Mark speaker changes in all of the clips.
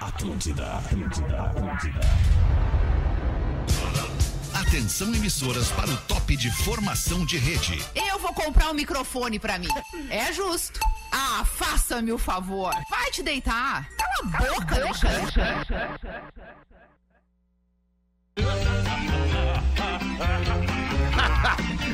Speaker 1: Atlântida, Atlântida, Atlântida.
Speaker 2: Atenção emissoras para o top de formação de rede.
Speaker 3: Eu vou comprar um microfone pra mim. É justo. Ah, faça-me o favor. Vai te deitar. Cala a boca, Alexandre.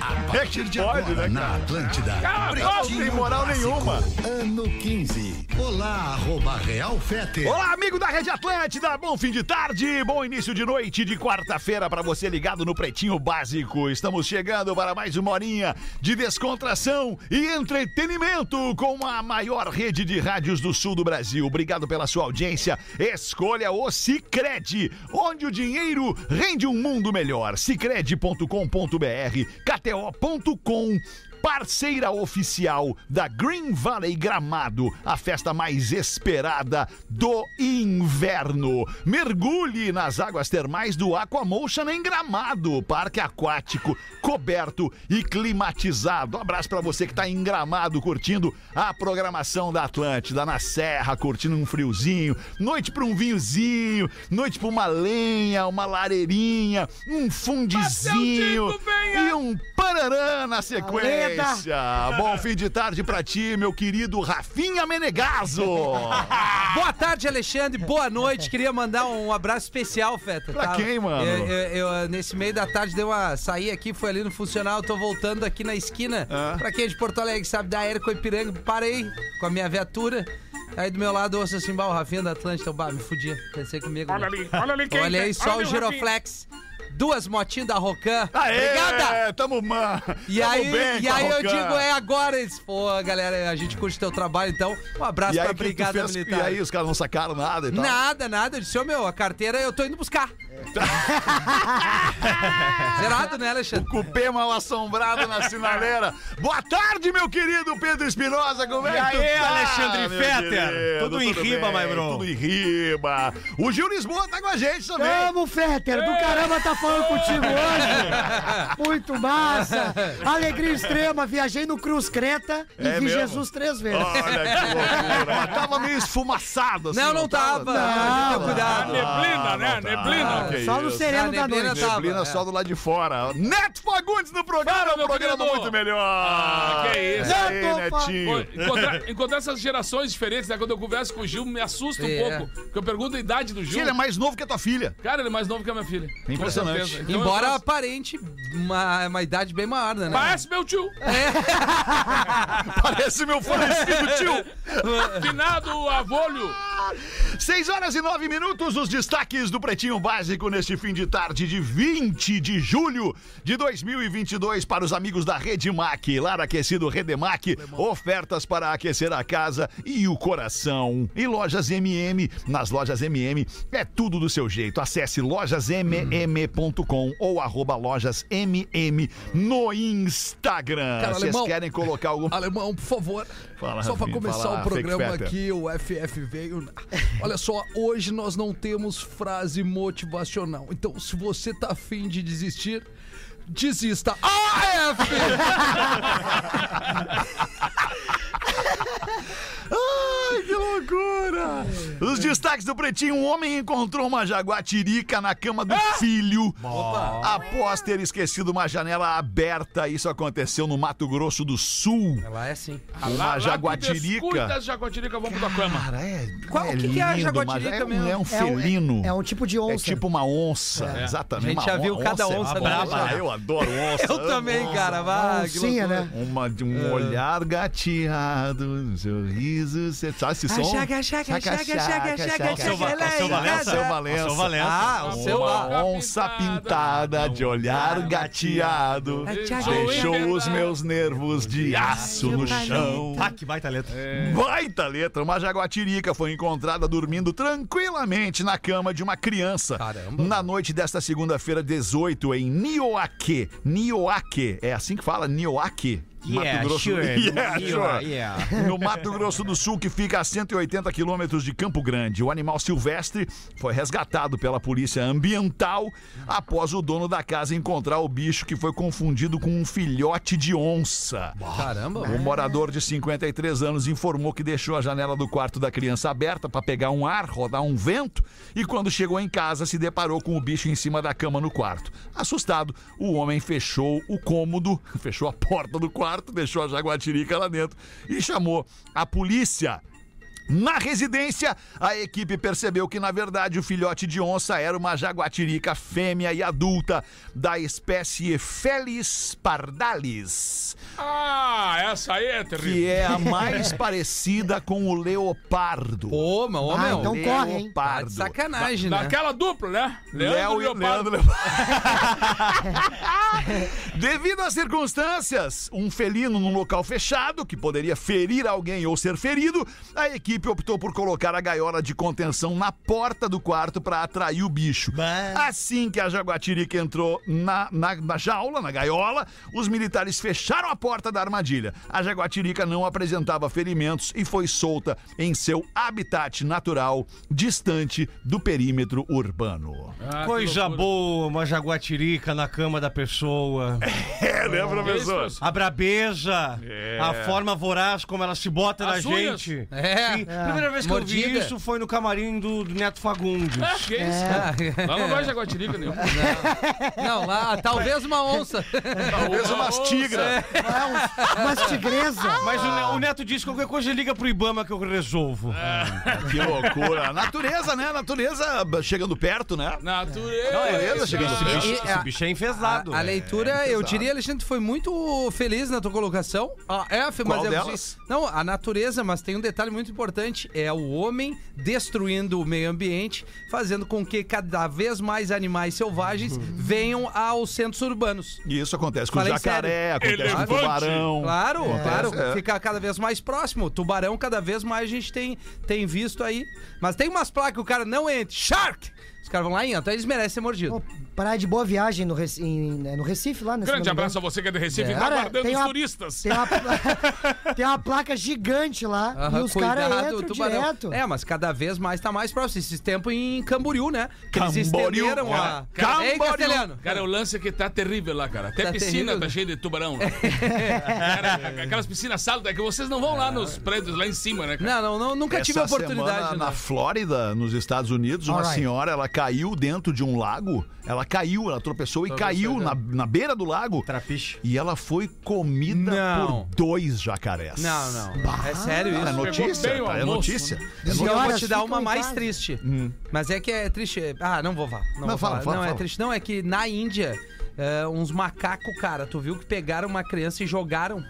Speaker 2: A partir de
Speaker 4: pode,
Speaker 2: agora,
Speaker 4: né, Ah,
Speaker 2: na Atlântida.
Speaker 4: Não tem moral nenhuma.
Speaker 2: Ano 15. Olá, arroba Real Fete.
Speaker 4: Olá, amigo da Rede Atlântida. Bom fim de tarde, bom início de noite de quarta-feira para você ligado no Pretinho Básico. Estamos chegando para mais uma horinha de descontração e entretenimento com a maior rede de rádios do sul do Brasil. Obrigado pela sua audiência. Escolha o Cicred, onde o dinheiro rende um mundo melhor. Cicred.com.br, KTO.com parceira oficial da Green Valley Gramado, a festa mais esperada do inverno. Mergulhe nas águas termais do Aquamotion em Gramado, parque aquático, coberto e climatizado. Um abraço para você que tá em Gramado curtindo a programação da Atlântida na serra, curtindo um friozinho, noite para um vinhozinho, noite para uma lenha, uma lareirinha, um
Speaker 5: é
Speaker 4: fundizinho e um parará na sequência. Bom fim de tarde pra ti, meu querido Rafinha Menegaso.
Speaker 5: Boa tarde, Alexandre. Boa noite. Queria mandar um abraço especial, Feta.
Speaker 4: Pra quem, mano?
Speaker 5: Eu, eu- eu, nesse meio da tarde, dei uma saí aqui, fui ali no funcional, tô voltando aqui na esquina.
Speaker 4: Ah.
Speaker 5: Pra quem é de Porto Alegre sabe, da Aéreo Ipiranga, parei com a minha viatura. Aí do meu lado eu ouço assim, bah, o Rafinha da Atlântida, bah, me fudia. Pensei comigo. né?
Speaker 6: Olha ali, olha ali quem
Speaker 5: Olha aí
Speaker 6: tem, olha
Speaker 5: só o
Speaker 6: ali,
Speaker 5: Giroflex. Duas motinhas da Rocan.
Speaker 4: Aê,
Speaker 5: Obrigada!
Speaker 4: Tamo, man,
Speaker 5: E
Speaker 4: tamo
Speaker 5: aí,
Speaker 4: bem,
Speaker 5: e aí eu
Speaker 4: Carrocã.
Speaker 5: digo, é agora. Eles, Pô, galera, a gente curte teu trabalho, então. Um abraço
Speaker 4: E aí,
Speaker 5: pra
Speaker 4: que tu
Speaker 5: Brigada
Speaker 4: fez-
Speaker 5: Militar.
Speaker 4: e aí, os caras não sacaram nada e tal.
Speaker 5: Nada, nada. Eu disse, ô meu, a carteira eu tô indo buscar. Zerado, né, Alexandre?
Speaker 4: Cupê mal assombrado na sinaleira. Boa tarde, meu querido Pedro Espinosa. Como é que
Speaker 7: E
Speaker 4: tu
Speaker 7: aí,
Speaker 4: tá,
Speaker 7: Alexandre
Speaker 4: meu
Speaker 7: Fetter?
Speaker 4: querido?
Speaker 7: Tudo em riba,
Speaker 4: bem,
Speaker 7: my bro.
Speaker 4: Tudo em riba. O Gil Lisboa tá com a gente também.
Speaker 8: Tamo, Fetter, do caramba tá falando contigo hoje. Muito massa. Alegria extrema, viajei no Cruz Creta e
Speaker 4: É
Speaker 8: vi
Speaker 4: mesmo?
Speaker 8: Jesus três vezes.
Speaker 4: Olha que loucura. Mas tava meio esfumaçado assim.
Speaker 5: Não, não tava.
Speaker 8: Não,
Speaker 5: Fica
Speaker 6: A
Speaker 5: cuidado.
Speaker 6: neblina, né? A
Speaker 4: Ah,
Speaker 6: neblina.
Speaker 4: que
Speaker 8: Só no
Speaker 4: isso.
Speaker 8: sereno
Speaker 5: Na
Speaker 8: da
Speaker 5: neblina
Speaker 8: noite.
Speaker 5: tá- tava,
Speaker 4: Neblina
Speaker 5: é.
Speaker 4: só do lado de fora. Neto Fagundes no programa,
Speaker 6: Fala, meu
Speaker 4: um programa
Speaker 6: querido.
Speaker 4: muito melhor. Ah,
Speaker 6: que isso.
Speaker 4: Aí,
Speaker 8: Neto Fagundes.
Speaker 6: Pô,
Speaker 4: Netinho.
Speaker 6: Encontrar, encontrar essas gerações diferentes, né? Quando eu converso com o Gil, me assusta um
Speaker 5: É.
Speaker 6: pouco. Porque eu pergunto a idade do Gil.
Speaker 4: Ele é mais novo que a tua filha.
Speaker 6: Cara, ele é mais novo que a minha filha. Com
Speaker 4: Impressionante.
Speaker 6: certeza. Então eu
Speaker 5: Embora
Speaker 6: faço-
Speaker 5: aparente uma, uma idade bem maior, né?
Speaker 6: Parece meu tio.
Speaker 4: Parece meu falecido tio.
Speaker 6: Finado avolho.
Speaker 4: 6 horas e 9 minutos, os destaques do Pretinho Básico neste fim de tarde de 20 de julho de 2022 para os amigos da Rede Mac. Lar aquecido Redemac, ofertas para aquecer a casa e o coração. E lojas MM, nas lojas MM é tudo do seu jeito. Acesse lojasmm.com ou arroba lojasmm no Instagram.
Speaker 5: Cara,
Speaker 4: Vocês
Speaker 5: alemão.
Speaker 4: querem colocar algum...
Speaker 5: Alemão, por favor.
Speaker 4: Fala,
Speaker 5: só pra
Speaker 4: Rafinha,
Speaker 5: começar
Speaker 4: fala,
Speaker 5: o programa
Speaker 4: Fake Fetter.
Speaker 5: aqui, o FF veio. Olha só, hoje nós não temos frase motivacional. Então, se você tá afim de desistir, desista. Ah, AF!
Speaker 4: Ai, que loucura! Os destaques do Pretinho: um homem encontrou uma jaguatirica na cama do
Speaker 5: Ah!
Speaker 4: filho após ter esquecido uma janela aberta. Isso aconteceu no Mato Grosso do Sul.
Speaker 5: Lá é assim.
Speaker 4: Uma jaguatirica.
Speaker 6: Muitas jaguatirica, vamos pra cama.
Speaker 4: Cara, é,
Speaker 5: Qual- o que que é a
Speaker 4: lindo, mas
Speaker 5: jaguatirica
Speaker 4: é um-
Speaker 5: mesmo?
Speaker 4: É um
Speaker 8: É um-
Speaker 4: felino.
Speaker 8: É um tipo de
Speaker 4: É
Speaker 8: onça.
Speaker 4: tipo uma onça, exatamente.
Speaker 5: A gente
Speaker 4: uma
Speaker 5: já viu
Speaker 4: on-
Speaker 5: cada
Speaker 4: é uma
Speaker 5: onça dessa,
Speaker 4: braba,
Speaker 5: né?
Speaker 4: Eu adoro onça.
Speaker 5: Eu também, cara.
Speaker 8: uma
Speaker 5: Vai, que
Speaker 8: oncinha,
Speaker 5: loucura.
Speaker 8: né?
Speaker 4: Uma, de um olhar gateado, um sorriso. Você sabe esse som?
Speaker 5: chaga, chaga, chaga, chaga, chaga,
Speaker 7: Alceu Va-
Speaker 5: chaga, ela
Speaker 7: Alceu
Speaker 5: é
Speaker 7: Valença.
Speaker 4: Alceu
Speaker 5: irada.
Speaker 4: Valença.
Speaker 7: Alceu Valença.
Speaker 5: Ah, o seu lá.
Speaker 4: Uma onça pintada de olhar gateado deixou os meus nervos de aço no chão. É.
Speaker 7: Ah, que baita letra.
Speaker 4: Baita letra! Uma jaguatirica foi encontrada dormindo tranquilamente na cama de uma criança.
Speaker 5: Caramba.
Speaker 4: Na noite desta segunda-feira, 18, em Nioaque. Nioaque. É assim que fala? Nioaque. Mato
Speaker 8: Yeah,
Speaker 4: Grosso.
Speaker 8: sure.
Speaker 4: Yeah,
Speaker 8: You
Speaker 4: sure.
Speaker 8: are,
Speaker 5: Ah,
Speaker 8: yeah.
Speaker 4: No Mato Grosso do Sul, que fica a 180 quilômetros de Campo Grande, o animal silvestre foi resgatado pela polícia ambiental após o dono da casa encontrar o bicho que foi confundido com um filhote de onça.
Speaker 5: Caramba,
Speaker 4: O Um morador de 53 anos informou que deixou a janela do quarto da criança aberta para pegar um ar, rodar um vento, e quando chegou em casa se deparou com o bicho em cima da cama no quarto. Assustado, o homem fechou o cômodo, fechou a porta do quarto, deixou a jaguatirica lá dentro e chamou a polícia. Na residência, a equipe percebeu que, na verdade, o filhote de onça era uma jaguatirica fêmea e adulta da espécie Felis pardalis
Speaker 6: Ah, essa aí é terrível.
Speaker 4: que é a mais parecida com o leopardo.
Speaker 5: Pô, mas, ô,
Speaker 9: Ah,
Speaker 5: meu,
Speaker 9: então corre, hein?
Speaker 5: tá de
Speaker 4: Leopardo.
Speaker 5: sacanagem, né?
Speaker 6: Daquela dupla, né?
Speaker 4: Léo e
Speaker 6: Leopardo.
Speaker 4: Leandro Leopardo. Devido às circunstâncias, um felino num local fechado, que poderia ferir alguém ou ser ferido, a equipe optou por colocar a gaiola de contenção na porta do quarto para atrair o bicho. Assim que a jaguatirica entrou na, na, na jaula, na gaiola, os militares fecharam a porta da armadilha. A jaguatirica não apresentava ferimentos e foi solta em seu habitat natural, distante do perímetro urbano.
Speaker 6: Ah,
Speaker 8: Coisa
Speaker 6: que loucura.
Speaker 8: boa, uma jaguatirica na cama da pessoa.
Speaker 4: É, né, professor?
Speaker 8: A brabeza, a forma voraz como ela se bota
Speaker 6: É. As
Speaker 8: na
Speaker 6: unhas.
Speaker 8: gente.
Speaker 5: É.
Speaker 8: Sim, Primeira vez que eu vi
Speaker 5: Mordida.
Speaker 8: isso foi no camarim do, do Neto Fagundes.
Speaker 6: Ah, que isso?
Speaker 5: Ah,
Speaker 6: Lá não vai jaguatirica né? nenhum.
Speaker 5: Não, lá, talvez uma onça.
Speaker 4: Talvez umas
Speaker 5: É.
Speaker 4: tigras.
Speaker 9: Mas tigresa.
Speaker 8: Mas o, Ne- o Neto disse qualquer coisa liga pro Ibama que eu resolvo.
Speaker 6: É,
Speaker 4: Que loucura. Natureza, né? Natureza chegando perto, né?
Speaker 6: Natureza.
Speaker 4: Natureza chegando
Speaker 8: Esse,
Speaker 4: perto.
Speaker 8: bicho, esse bicho é enfesado.
Speaker 5: A leitura, eu diria, Alexandre, foi muito feliz na tua colocação. A F, mas
Speaker 4: Qual
Speaker 5: é
Speaker 4: delas?
Speaker 5: Não, a natureza, mas tem um detalhe muito importante: é o homem destruindo o meio ambiente, fazendo com que cada vez mais animais selvagens
Speaker 4: Uhum.
Speaker 5: venham aos centros urbanos.
Speaker 4: E isso acontece com o
Speaker 5: Falei
Speaker 4: jacaré, acontece com o
Speaker 6: Elefante.
Speaker 4: tubarão.
Speaker 5: Claro, claro,
Speaker 4: é.
Speaker 5: fica cada vez mais próximo. Tubarão, cada vez mais a gente tem, tem visto aí. Mas tem umas placas que o cara não entra. Shark! Os caras vão lá e entram, eles merecem ser mordidos.
Speaker 9: Pô, Praia de boa viagem no, Reci- em- é, no Recife, lá nesse
Speaker 6: Grande abraço a você que é do Recife e tá
Speaker 9: Cara,
Speaker 6: aguardando
Speaker 9: tem
Speaker 6: os
Speaker 9: uma-
Speaker 6: turistas.
Speaker 9: Tem uma, pla- tem uma placa gigante lá
Speaker 5: Aham,
Speaker 9: e os caras
Speaker 5: cuidado,
Speaker 9: entram
Speaker 5: tubarão.
Speaker 9: direto.
Speaker 5: É, mas cada vez mais tá mais próximo. Esse tempo em Camboriú, né? Que eles
Speaker 4: Camboriú,
Speaker 5: estenderam a...
Speaker 4: cara. Camboriú.
Speaker 5: Ei, Castelhano.
Speaker 6: Cara, o lance é que tá terrível lá, cara. Até
Speaker 5: Tá
Speaker 6: piscina
Speaker 5: terrível.
Speaker 6: tá cheia de tubarão. lá. Cara, aquelas piscinas saldas que vocês não vão lá nos prédios lá em cima, né, cara?
Speaker 5: Não, não, não, nunca tive a
Speaker 4: Essa
Speaker 5: oportunidade.
Speaker 4: semana,
Speaker 5: né?
Speaker 4: na Flórida, nos Estados Unidos, uma
Speaker 9: Alright.
Speaker 4: senhora, ela caiu dentro de um lago. Ela caiu, ela tropeçou e caiu na, na beira do lago.
Speaker 8: Trapiche.
Speaker 4: E ela foi comida
Speaker 5: Não.
Speaker 4: por dois jacarés.
Speaker 5: Não, não. é sério
Speaker 4: É
Speaker 5: isso?
Speaker 4: notícia,
Speaker 6: bem o
Speaker 4: tá? é
Speaker 6: almoço,
Speaker 4: notícia.
Speaker 5: E eu vou
Speaker 9: Senhoras,
Speaker 5: te dar
Speaker 9: ficam
Speaker 5: uma
Speaker 9: em
Speaker 5: mais
Speaker 9: casa.
Speaker 5: triste. Mas é que é triste. é- Ah, não vou vá. Não,
Speaker 4: Hum. Não,
Speaker 5: vou
Speaker 4: fala,
Speaker 5: falar.
Speaker 4: fala,
Speaker 5: não é
Speaker 4: fala.
Speaker 5: triste. Não, é que na Índia, é, uns macacos, cara, tu viu que pegaram uma criança e jogaram.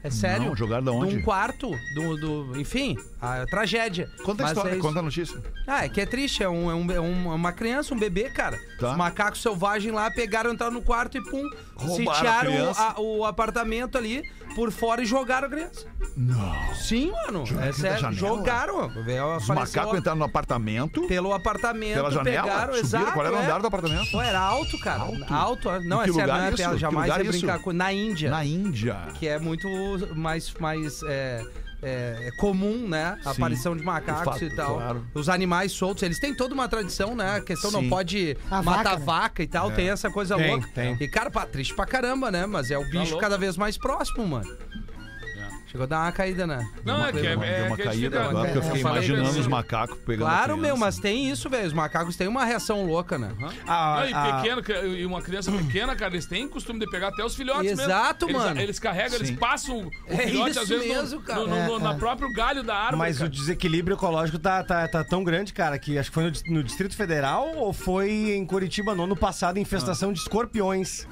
Speaker 5: É sério?
Speaker 4: Não, jogaram da onde?
Speaker 5: Num quarto, do, do- enfim, a tragédia.
Speaker 4: Conta a
Speaker 5: Mas
Speaker 4: história,
Speaker 5: é isso.
Speaker 4: conta a notícia.
Speaker 5: Ah, é que é triste, é, um, é, um- é um- é uma criança, um bebê, cara.
Speaker 4: Tá.
Speaker 5: Os macacos selvagens lá pegaram, entraram no quarto e pum,
Speaker 4: Roubaram a
Speaker 5: sitiaram o-
Speaker 4: criança.
Speaker 5: a- o apartamento ali por fora e jogaram a criança.
Speaker 4: Não.
Speaker 5: Sim, mano. é
Speaker 4: dentro da
Speaker 5: sério,
Speaker 4: janela?
Speaker 5: jogaram. Apareceu
Speaker 4: Os macacos entraram no apartamento,
Speaker 5: pelo apartamento,
Speaker 4: pela janela,
Speaker 5: pegaram,
Speaker 4: subiram.
Speaker 5: exato.
Speaker 4: Qual era o
Speaker 5: é.
Speaker 4: andar do apartamento?
Speaker 5: Pô, era alto, cara.
Speaker 4: Alto?
Speaker 5: Alto? Não,
Speaker 4: Em
Speaker 5: é
Speaker 4: que
Speaker 5: sério,
Speaker 4: lugar
Speaker 5: não é
Speaker 4: isso?
Speaker 5: piada.
Speaker 4: Que
Speaker 5: Jamais
Speaker 4: lugar
Speaker 5: é
Speaker 4: isso?
Speaker 5: brincar com. Na Índia.
Speaker 4: Na Índia.
Speaker 5: Que é muito mais. mais é, é, comum, né? A
Speaker 4: Sim.
Speaker 5: aparição de macacos
Speaker 4: Fato,
Speaker 5: e tal.
Speaker 4: claro.
Speaker 5: Os animais soltos, eles têm toda uma tradição, né? A questão
Speaker 4: Sim. É.
Speaker 5: não pode
Speaker 9: A
Speaker 5: matar
Speaker 9: vaca, né?
Speaker 5: vaca e tal, tem essa coisa
Speaker 8: Tem,
Speaker 5: louca.
Speaker 8: tem.
Speaker 5: E, cara, pá, triste pra caramba, né? Mas
Speaker 4: Tá
Speaker 5: é o bicho
Speaker 6: louco.
Speaker 5: cada vez mais próximo, mano.
Speaker 4: É.
Speaker 5: Chegou a dar uma caída, né?
Speaker 6: Não, é que é,
Speaker 4: Deu uma, deu
Speaker 6: é
Speaker 4: uma
Speaker 6: que a gente
Speaker 4: caída
Speaker 6: fica-
Speaker 4: agora, porque eu fiquei
Speaker 5: eu falei
Speaker 4: imaginando
Speaker 5: isso.
Speaker 4: os macacos pegando a
Speaker 5: Claro, meu,
Speaker 4: criança.
Speaker 5: mas tem isso, velho. Os macacos têm uma reação louca, né?
Speaker 8: Ah,
Speaker 6: Não, e,
Speaker 8: ah,
Speaker 6: pequeno, que- e uma criança pequena, cara, eles têm costume de pegar até os filhotes mesmo.
Speaker 5: Exato,
Speaker 6: Eles-
Speaker 5: mano.
Speaker 6: Eles carregam,
Speaker 4: Sim.
Speaker 6: eles passam o
Speaker 5: É
Speaker 6: filhote,
Speaker 5: isso
Speaker 6: às vezes, no-
Speaker 5: mesmo, cara.
Speaker 6: no, no, no,
Speaker 9: É,
Speaker 6: na
Speaker 9: é.
Speaker 6: próprio galho da árvore.
Speaker 8: Mas o
Speaker 6: cara.
Speaker 8: desequilíbrio ecológico tá, tá, tá tão grande, cara, que acho que foi no, dis- no Distrito Federal ou foi em Curitiba no ano passado, infestação de escorpiões.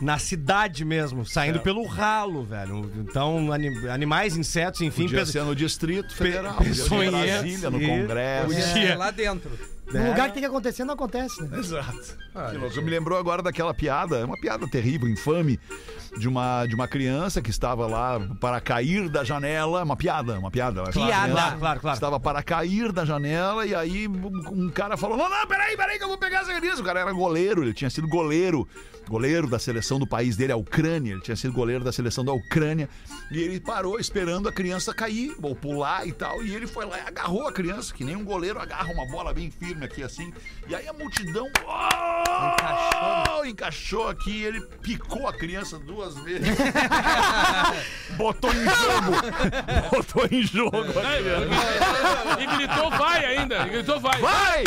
Speaker 8: Na cidade mesmo, saindo pelo ralo, velho. Então, ani- animais, insetos, enfim,
Speaker 4: Podia
Speaker 8: pes-
Speaker 4: ser no assim, é Distrito Federal,
Speaker 8: pe-
Speaker 4: podia ser em
Speaker 8: peçonhentos
Speaker 4: Brasília, no
Speaker 8: e-
Speaker 4: Congresso.
Speaker 8: Podia.
Speaker 5: É, lá dentro.
Speaker 9: No lugar que tem que acontecer, não acontece, né?
Speaker 4: É, Exato. Que louco. Me lembrou agora daquela piada, é uma piada terrível, infame, de uma, de uma criança que estava lá para cair da janela. Uma piada, uma piada. né? Uma
Speaker 8: Piada.
Speaker 4: criança
Speaker 8: Claro, claro.
Speaker 4: Estava para cair da janela e aí um um cara falou: Não, não, peraí, peraí, que eu vou pegar essa criança. O cara era goleiro, ele tinha sido goleiro. Goleiro da seleção do país dele, a Ucrânia. Ele tinha sido goleiro da seleção da Ucrânia. E ele parou esperando a criança cair, ou pular e tal. E ele foi lá e agarrou a criança, que nem um goleiro agarra uma bola bem firme aqui assim. E aí a multidão. Oh, encaixou. aqui, e ele picou a criança duas vezes. Botou em jogo. Botou em jogo a
Speaker 6: Ai, meu, Né, E gritou vai ainda. E gritou vai.
Speaker 4: Vai!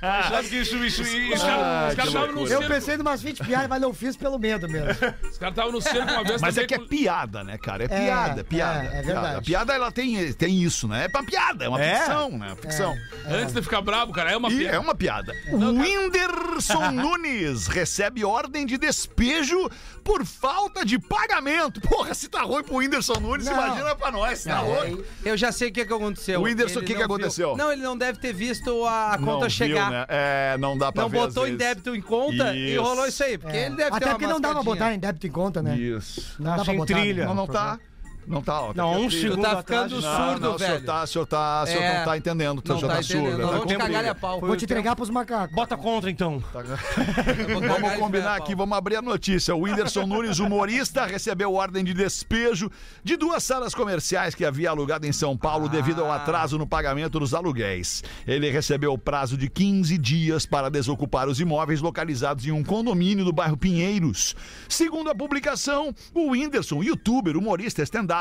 Speaker 6: Sabe que isso, isso, isso,
Speaker 4: Ah,
Speaker 6: os caras os caras estavam no
Speaker 9: Eu
Speaker 6: circo.
Speaker 9: pensei em umas 20 piadas, mas não fiz pelo medo mesmo.
Speaker 6: Os caras estavam no circo uma vez
Speaker 4: Mas é
Speaker 6: também
Speaker 4: que é
Speaker 6: com-
Speaker 4: piada, né, cara? É piada,
Speaker 9: é,
Speaker 4: piada.
Speaker 9: é
Speaker 4: piada.
Speaker 9: verdade.
Speaker 4: A piada, ela tem, tem isso, né? É uma piada, é uma ficção, né? Ficção.
Speaker 6: Antes de ficar bravo, cara, é uma
Speaker 4: E é
Speaker 6: piada.
Speaker 4: uma piada. O Whindersson Nunes recebe ordem de despejo por falta de pagamento. Porra, se tá ruim pro Whindersson Nunes,
Speaker 9: Não.
Speaker 4: imagina pra nós, tá louco?
Speaker 5: É. Eu já sei o que, que aconteceu.
Speaker 4: O Whindersson,
Speaker 5: Ele
Speaker 4: o que que
Speaker 5: não viu-
Speaker 4: aconteceu?
Speaker 5: Não, ele não deve ter visto a
Speaker 4: Não
Speaker 5: conta
Speaker 4: viu,
Speaker 5: chegar.
Speaker 4: né? É, não dá pra
Speaker 5: Não
Speaker 4: ver às
Speaker 5: Então botou em
Speaker 4: vezes.
Speaker 5: débito em conta e
Speaker 4: Isso.
Speaker 5: rolou isso aí. Porque ele deve ter
Speaker 9: É. Até porque
Speaker 5: uma
Speaker 9: não dá pra
Speaker 5: mascadinha.
Speaker 9: botar em débito em conta, né?
Speaker 4: Isso.
Speaker 9: Não dá pra
Speaker 8: Sem
Speaker 9: botar. né?
Speaker 8: trilha.
Speaker 4: Não, não tá. Não tá, ó. tá
Speaker 8: Não,
Speaker 4: aqui
Speaker 8: um
Speaker 4: a trilha.
Speaker 8: segundo
Speaker 5: tá
Speaker 8: atrás
Speaker 5: ficando
Speaker 8: de-
Speaker 4: Ah,
Speaker 5: surdo,
Speaker 4: não, o senhor
Speaker 5: velho.
Speaker 4: tá, o senhor tá, o senhor
Speaker 5: É.
Speaker 4: não tá entendendo, o senhor
Speaker 5: Não
Speaker 4: já
Speaker 5: tá
Speaker 4: tá
Speaker 5: entendendo,
Speaker 4: surdo.
Speaker 5: não
Speaker 4: tá
Speaker 5: vou te
Speaker 4: com
Speaker 5: cagar
Speaker 4: briga.
Speaker 5: a pau.
Speaker 9: Vou te entregar pros macacos.
Speaker 8: Bota contra, então.
Speaker 4: Tá
Speaker 5: Vou te
Speaker 4: Vamos
Speaker 5: cagar
Speaker 4: combinar
Speaker 5: a pau.
Speaker 4: aqui, vamos abrir a notícia. O Whindersson Nunes, humorista, recebeu ordem de despejo de duas salas comerciais que havia alugado em São Paulo devido ao atraso no pagamento dos aluguéis. Ele recebeu o prazo de 15 dias para desocupar os imóveis localizados em um condomínio do bairro Pinheiros. Segundo a publicação, o Whindersson, youtuber, humorista, stand-upper,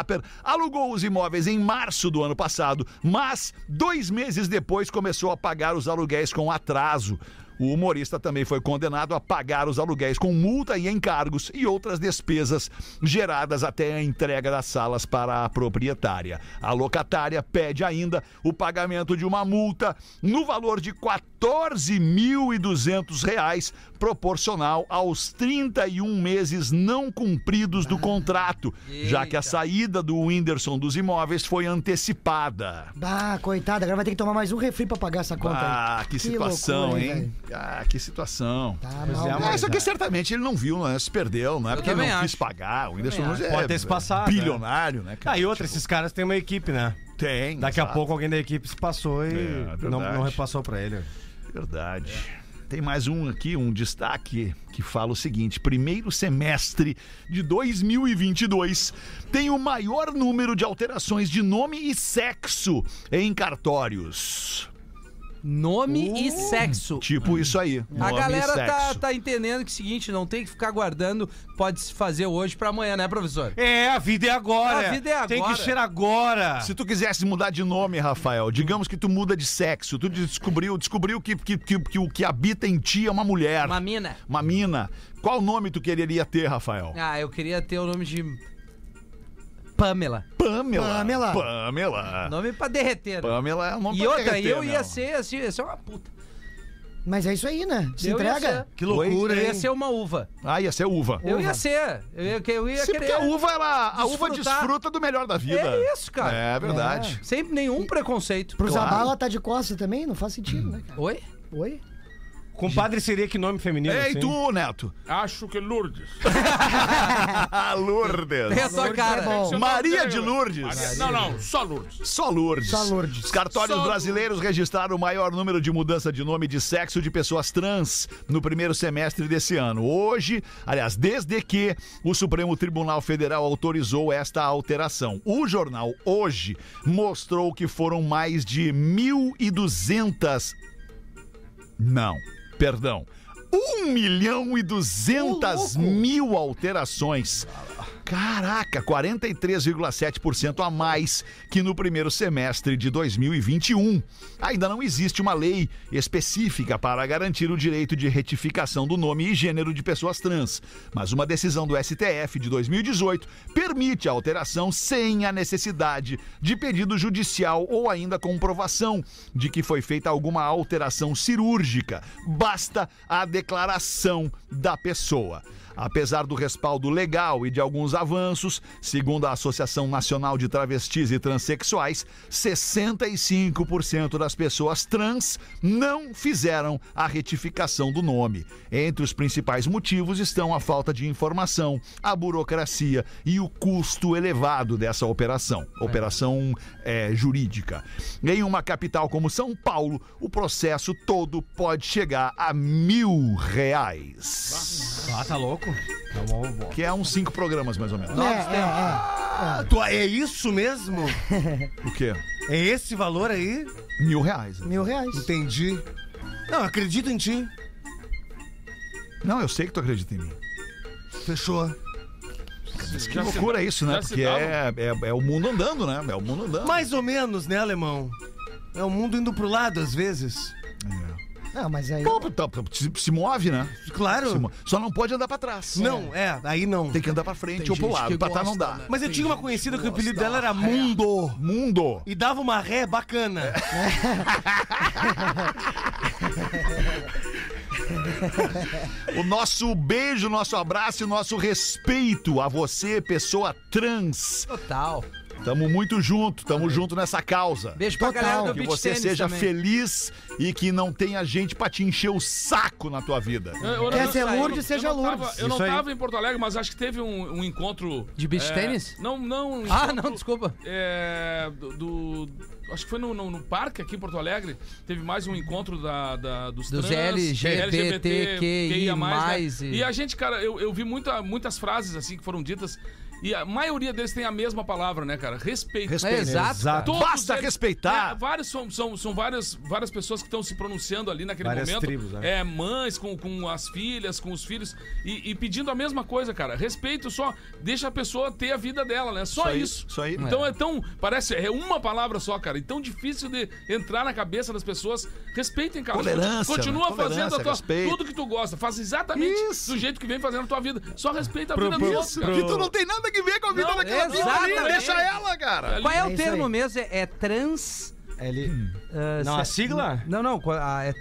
Speaker 4: alugou os imóveis em março do ano passado, mas dois meses depois começou a pagar os aluguéis com atraso. O humorista também foi condenado a pagar os aluguéis com multa e encargos e outras despesas geradas até a entrega das salas para a proprietária. A locatária pede ainda o pagamento de uma multa no valor de R$ 14.200, reais, proporcional aos 31 meses não cumpridos
Speaker 9: Ah,
Speaker 4: do contrato, já que a saída do Whindersson dos imóveis foi antecipada.
Speaker 9: Ah, coitado, agora vai ter que tomar mais um refri pra pagar essa conta. aí.
Speaker 4: Ah, que situação,
Speaker 9: loucura,
Speaker 4: hein?
Speaker 9: velho?
Speaker 4: Ah, que situação.
Speaker 9: Tá
Speaker 8: Pois
Speaker 9: mal,
Speaker 8: é,
Speaker 9: velho.
Speaker 4: Ah, isso aqui certamente ele não viu, né? Se perdeu, não é porque ele não
Speaker 5: também
Speaker 4: quis
Speaker 5: acho.
Speaker 4: pagar. O Whindersson Nunes é,
Speaker 8: Pode ter se passado, né?
Speaker 4: bilionário, né, cara?
Speaker 8: Ah, e outra, esses caras têm uma equipe, né?
Speaker 4: Tem.
Speaker 8: Daqui a
Speaker 4: exato.
Speaker 8: pouco alguém da equipe se passou e
Speaker 4: É,
Speaker 8: não,
Speaker 4: verdade.
Speaker 8: não repassou pra ele.
Speaker 4: Verdade. Tem mais um aqui, um destaque que fala o seguinte: primeiro semestre de 2022 tem o maior número de alterações de nome e sexo em cartórios.
Speaker 5: Nome e sexo.
Speaker 4: Tipo isso aí.
Speaker 5: A
Speaker 4: Uh! nome e
Speaker 5: galera tá,
Speaker 4: sexo.
Speaker 5: tá entendendo que é o seguinte, não tem que ficar guardando, pode se fazer hoje pra amanhã, né, professor?
Speaker 8: É, a vida é agora.
Speaker 5: A vida é
Speaker 8: Tem que
Speaker 5: agora.
Speaker 8: ser agora.
Speaker 4: Se tu quisesse mudar de nome, Rafael, digamos que tu muda de sexo, tu descobriu, descobriu que, que, que, que o que habita em ti é uma mulher,
Speaker 5: Uma
Speaker 4: uma,
Speaker 5: mina.
Speaker 4: mina. Qual nome tu quereria ter, Rafael?
Speaker 5: Ah, eu queria ter o nome de Pamela.
Speaker 4: Pamela.
Speaker 9: Pamela.
Speaker 4: Pamela.
Speaker 5: Nome pra derreter. né?
Speaker 4: Pamela é um nome
Speaker 5: E
Speaker 4: pra
Speaker 5: outra,
Speaker 4: derreter,
Speaker 5: eu ia
Speaker 4: meu.
Speaker 5: ser assim, ia ser uma puta.
Speaker 9: Mas é isso aí, né? Se
Speaker 5: Eu ia
Speaker 9: entrega.
Speaker 5: ser-
Speaker 8: Que loucura,
Speaker 5: Eu ia
Speaker 8: hein?
Speaker 5: ser uma uva.
Speaker 4: Ah, ia ser uva.
Speaker 5: Eu ia ser. Eu ia, eu ia
Speaker 4: Sim, porque
Speaker 5: querer.
Speaker 4: a uva, ela, a uva
Speaker 5: desfrutar.
Speaker 4: desfruta do melhor da vida.
Speaker 5: É isso, cara.
Speaker 4: É verdade.
Speaker 5: Sem nenhum preconceito.
Speaker 9: Pro
Speaker 4: Claro.
Speaker 9: Zabala tá de costas também, não faz sentido, né, cara?
Speaker 5: Oi?
Speaker 9: Oi?
Speaker 8: Compadre seria que nome feminino?
Speaker 4: Ei,
Speaker 8: assim?
Speaker 4: tu, Neto.
Speaker 6: Acho que Lourdes.
Speaker 4: Ah, Lourdes.
Speaker 5: Tem a sua cara.
Speaker 9: bom.
Speaker 4: Maria de Lourdes.
Speaker 6: tá Maria- Não, não, só Lourdes.
Speaker 4: Só Lourdes.
Speaker 9: Só Lourdes.
Speaker 4: Os cartórios
Speaker 6: Só
Speaker 4: brasileiros registraram o maior número de mudança de nome e de sexo de pessoas trans no primeiro semestre desse ano. Hoje, aliás, desde que o Supremo Tribunal Federal autorizou esta alteração. O jornal Hoje mostrou que foram mais de 1.200 não, perdão. 1 milhão e 200 mil alterações. Caraca, 43,7% a mais que no primeiro semestre de 2021. Ainda não existe uma lei específica para garantir o direito de retificação do nome e gênero de pessoas trans, mas uma decisão do STF de 2018 permite a alteração sem a necessidade de pedido judicial ou ainda comprovação de que foi feita alguma alteração cirúrgica. Basta a declaração da pessoa. Apesar do respaldo legal e de alguns avanços, segundo a Associação Nacional de Travestis e Transsexuais, 65% das pessoas trans não fizeram a retificação do nome. Entre os principais motivos estão a falta de informação, a burocracia e o custo elevado dessa operação,
Speaker 6: É.
Speaker 4: operação eh, jurídica. Em uma capital como São Paulo, o processo todo pode chegar a mil reais.
Speaker 8: Ah, tá louco? Tá bom, bom.
Speaker 4: Que é uns cinco programas, mais ou menos.
Speaker 9: É,
Speaker 5: um
Speaker 9: é,
Speaker 8: Ah, tu- é isso mesmo?
Speaker 4: O quê?
Speaker 8: É esse valor aí?
Speaker 4: Mil reais.
Speaker 9: é. Mil reais.
Speaker 8: Entendi. Não, acredito em ti.
Speaker 4: Não, eu sei que tu acredita em mim.
Speaker 8: Fechou.
Speaker 4: Que loucura isso, né?
Speaker 6: já se
Speaker 4: Porque
Speaker 6: dava.
Speaker 4: é, é, é o mundo andando, né? É o mundo andando.
Speaker 8: Mais ou menos, né, alemão? É o mundo indo pro lado às vezes.
Speaker 9: Não, mas aí.
Speaker 4: Pô, tá- tá- se- se move, né? Se
Speaker 8: Claro.
Speaker 4: mo- Só não pode andar pra trás.
Speaker 8: Não, é, aí não.
Speaker 4: Tem que andar pra frente ou pro
Speaker 10: gente
Speaker 4: lado.
Speaker 10: que
Speaker 4: Pra trás não
Speaker 10: gosta,
Speaker 4: dá.
Speaker 10: né?
Speaker 8: Mas eu tinha uma conhecida que o apelido
Speaker 10: gosta
Speaker 8: dela era Mundo.
Speaker 4: Mundo.
Speaker 8: E dava uma ré bacana.
Speaker 4: O nosso beijo, nosso abraço e nosso respeito a você, pessoa trans.
Speaker 5: Total.
Speaker 4: Tamo muito junto, tamo junto nessa causa.
Speaker 5: Beijo pra
Speaker 9: Total.
Speaker 5: galera do
Speaker 4: Que
Speaker 5: Beach
Speaker 4: você
Speaker 5: Tennis
Speaker 4: seja
Speaker 5: também.
Speaker 4: feliz e que não tenha gente pra te encher o saco na tua vida.
Speaker 6: É, Eu- eu-
Speaker 9: Quer
Speaker 6: eu-
Speaker 9: ser
Speaker 6: eu-
Speaker 9: Lourdes,
Speaker 6: eu
Speaker 9: seja
Speaker 6: não tava-
Speaker 9: Lourdes.
Speaker 6: Eu não
Speaker 8: Isso aí.
Speaker 6: tava em Porto Alegre, mas acho que teve um, um encontro.
Speaker 5: De beach tênis?
Speaker 6: Não, não. um
Speaker 5: Ah,
Speaker 6: encontro,
Speaker 5: não, desculpa.
Speaker 6: é, do, do- Acho que foi no, no- no parque aqui em Porto Alegre. Teve mais um encontro da, da- dos,
Speaker 5: Dos
Speaker 6: trans, é,
Speaker 5: LGBTQIA+,
Speaker 6: né?
Speaker 5: e-
Speaker 6: E a gente, cara, eu, eu vi muita- muitas frases assim que foram ditas. E a maioria deles tem a mesma palavra, né, cara? Respeito.
Speaker 5: É, exato. cara.
Speaker 6: Todos
Speaker 4: Basta respeitar.
Speaker 6: É, vários são, são, são várias, várias pessoas que estão se pronunciando ali naquele
Speaker 8: Várias
Speaker 6: momento.
Speaker 8: tribos, né?
Speaker 6: é, mães com, com as filhas, com os filhos. E, e pedindo a mesma coisa, cara. Respeito só, deixa a pessoa ter a vida dela, né? Só
Speaker 4: Isso aí,
Speaker 6: isso.
Speaker 4: isso aí.
Speaker 6: Então é. tão. Parece, é uma palavra só, cara. E tão difícil de entrar na cabeça das pessoas. Respeitem, cara.
Speaker 4: Tolerância,
Speaker 6: Continua
Speaker 4: né?
Speaker 6: fazendo a tua,
Speaker 4: Tolerância, respeito.
Speaker 6: tudo que tu gosta. Faz exatamente
Speaker 4: Isso.
Speaker 6: do jeito que vem fazendo a tua vida. Só respeita a vida
Speaker 8: pro-
Speaker 6: dos outros, cara.
Speaker 4: E tu não tem nada que ver com a vida
Speaker 6: Não,
Speaker 4: daquela vida ali,
Speaker 5: exatamente.
Speaker 4: deixa ela, cara.
Speaker 5: Qual é
Speaker 9: É
Speaker 5: o
Speaker 9: isso
Speaker 5: termo
Speaker 9: aí.
Speaker 5: mesmo? É, é trans...
Speaker 8: Ele...
Speaker 5: ah,
Speaker 8: Não,
Speaker 5: se-
Speaker 8: a sigla?
Speaker 5: Não, não, a- é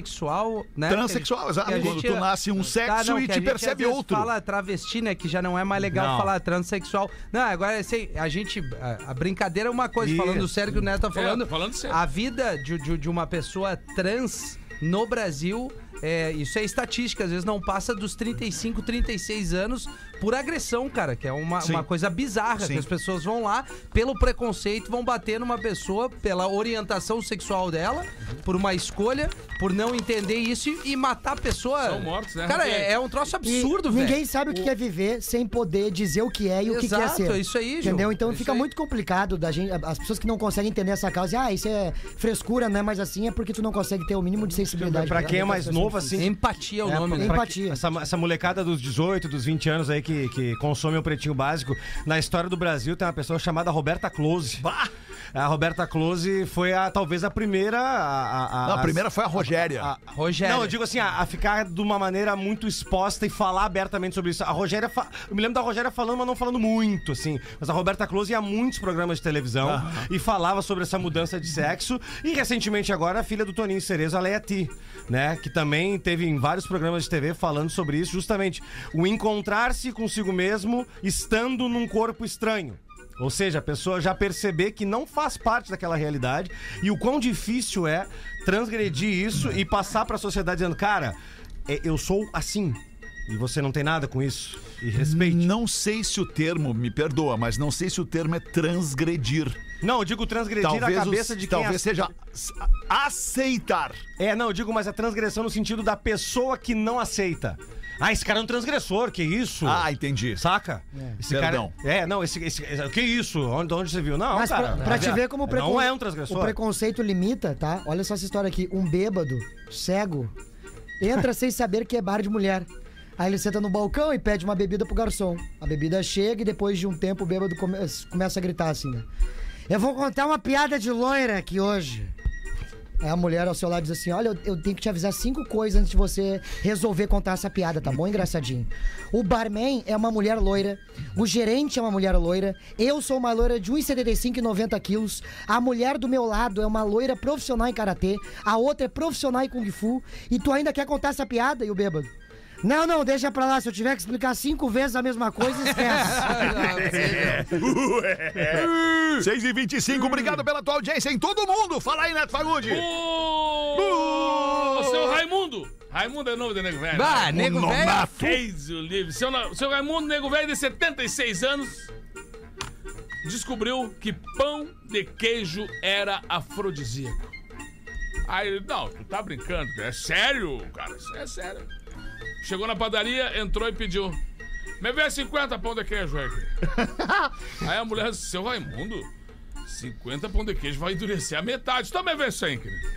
Speaker 5: transexual, né?
Speaker 4: Transsexual, exato.
Speaker 5: Que a
Speaker 4: Quando
Speaker 5: gente-
Speaker 4: tu nasce um sexo
Speaker 5: Tá, não,
Speaker 4: e
Speaker 5: que a
Speaker 4: te
Speaker 5: gente,
Speaker 4: percebe
Speaker 5: às vezes,
Speaker 4: outro.
Speaker 5: fala travesti, né? Que já não é mais legal
Speaker 8: Não.
Speaker 5: falar transexual. Não, agora assim, a gente. A, a brincadeira é uma coisa,
Speaker 8: Isso.
Speaker 5: falando sério que o Neto tá falando.
Speaker 6: É, falando sério.
Speaker 5: A vida de, de, de uma pessoa trans no Brasil. É, isso é estatística, às vezes não passa dos 35, 36 anos por agressão, cara, que é uma,
Speaker 4: Sim.
Speaker 5: uma coisa bizarra,
Speaker 4: Sim.
Speaker 5: que as pessoas vão lá pelo preconceito, vão bater numa pessoa pela orientação sexual dela, por uma escolha, por não entender isso e, e matar a pessoa.
Speaker 6: São mortos, né,
Speaker 5: Cara,
Speaker 6: Rafinha?
Speaker 5: é, é um troço
Speaker 9: E
Speaker 5: absurdo, velho.
Speaker 9: Ninguém sabe o que é viver sem poder dizer o que é e o que quer
Speaker 5: Exato,
Speaker 9: ser.
Speaker 5: é isso aí, Ju.
Speaker 9: Entendeu? Então
Speaker 5: É isso
Speaker 9: fica
Speaker 5: aí.
Speaker 9: muito complicado da gente, as pessoas que não conseguem entender essa causa, e, ah, isso é frescura, né? Mas assim é porque tu não consegue ter o mínimo de sensibilidade.
Speaker 8: Pra quem é mais novo, assim...
Speaker 5: Empatia é o
Speaker 8: É,
Speaker 5: nome,
Speaker 8: pra-
Speaker 5: né?
Speaker 8: pra-
Speaker 9: Empatia.
Speaker 8: Essa, essa molecada dos 18, dos 20 anos aí que, que consome o pretinho básico. Na história do Brasil tem uma pessoa chamada Roberta Close. A Roberta Close foi a, talvez a primeira. A, a- a-
Speaker 4: Não, a primeira foi a Rogéria.
Speaker 8: a- a-
Speaker 5: Rogéria.
Speaker 8: Não, eu digo assim, a, a ficar de uma maneira muito exposta e falar abertamente sobre isso. A Rogéria. fa- Eu me lembro da Rogéria falando, mas não falando muito, assim. Mas a Roberta Close ia a muitos programas de televisão e falava sobre essa mudança de sexo. E recentemente agora, a filha do Toninho Cerezo, a Leia Ti, né? Que também teve em vários programas de TV falando sobre isso, justamente. O encontrar-se consigo mesmo estando num corpo estranho. Ou seja, a pessoa já perceber que não faz parte daquela realidade e o quão difícil é transgredir isso e passar pra sociedade dizendo, cara, é- eu sou assim e você não tem nada com isso. E respeite.
Speaker 4: Não sei se o termo, me perdoa, mas não sei se o termo é transgredir.
Speaker 8: Não, eu digo transgredir
Speaker 4: Talvez,
Speaker 8: a
Speaker 4: os-
Speaker 8: cabeça de quem
Speaker 4: talvez seja a- aceitar.
Speaker 8: É, não, eu digo, mas a transgressão no sentido da pessoa que não aceita. Ah, esse cara é um transgressor, que isso?
Speaker 4: Ah, entendi.
Speaker 8: Saca? Esse
Speaker 4: Perdão.
Speaker 8: cara. É, não, esse, esse- esse- Que isso? Onde, onde você viu? Não,
Speaker 9: Mas
Speaker 8: cara.
Speaker 9: pra, pra te ver como o precon-
Speaker 8: Não é um transgressor.
Speaker 9: O preconceito limita, tá? Olha só essa história aqui. Um bêbado, cego, entra sem saber que é bar de mulher. Aí ele senta no balcão e pede uma bebida pro garçom. A bebida chega e depois de um tempo o bêbado come- começa a gritar assim, né? Eu vou contar uma piada de loira aqui hoje. Aí a mulher ao seu lado diz assim: Olha, eu, eu tenho que te avisar cinco coisas antes de você resolver contar essa piada, tá bom, engraçadinho? O barman é uma mulher loira, o gerente é uma mulher loira, eu sou uma loira de 1,75 e 90 quilos, a mulher do meu lado é uma loira profissional em karatê, a outra é profissional em kung fu, e tu ainda quer contar essa piada? E o bêbado? Não, não, deixa pra lá. Se eu tiver que explicar cinco vezes a mesma coisa, esquece.
Speaker 4: É. 6 e 25 obrigado pela tua audiência em todo mundo. Fala aí, Neto Fagundi.
Speaker 6: Ô, seu Raimundo! Raimundo é novo do Nego Velho.
Speaker 5: Bah, nego velho.
Speaker 6: Eis o livre. Seu, na- seu Raimundo Nego Velho, de 76 anos, descobriu que pão de queijo era afrodisíaco. Aí ele, não, tu tá brincando, é sério, cara, isso é sério. Chegou na padaria, entrou e pediu. Me vê 50 pão de queijo aí. aí a mulher disse, seu Raimundo, 50 pão de queijo vai endurecer a metade. Então me vê 100, querido.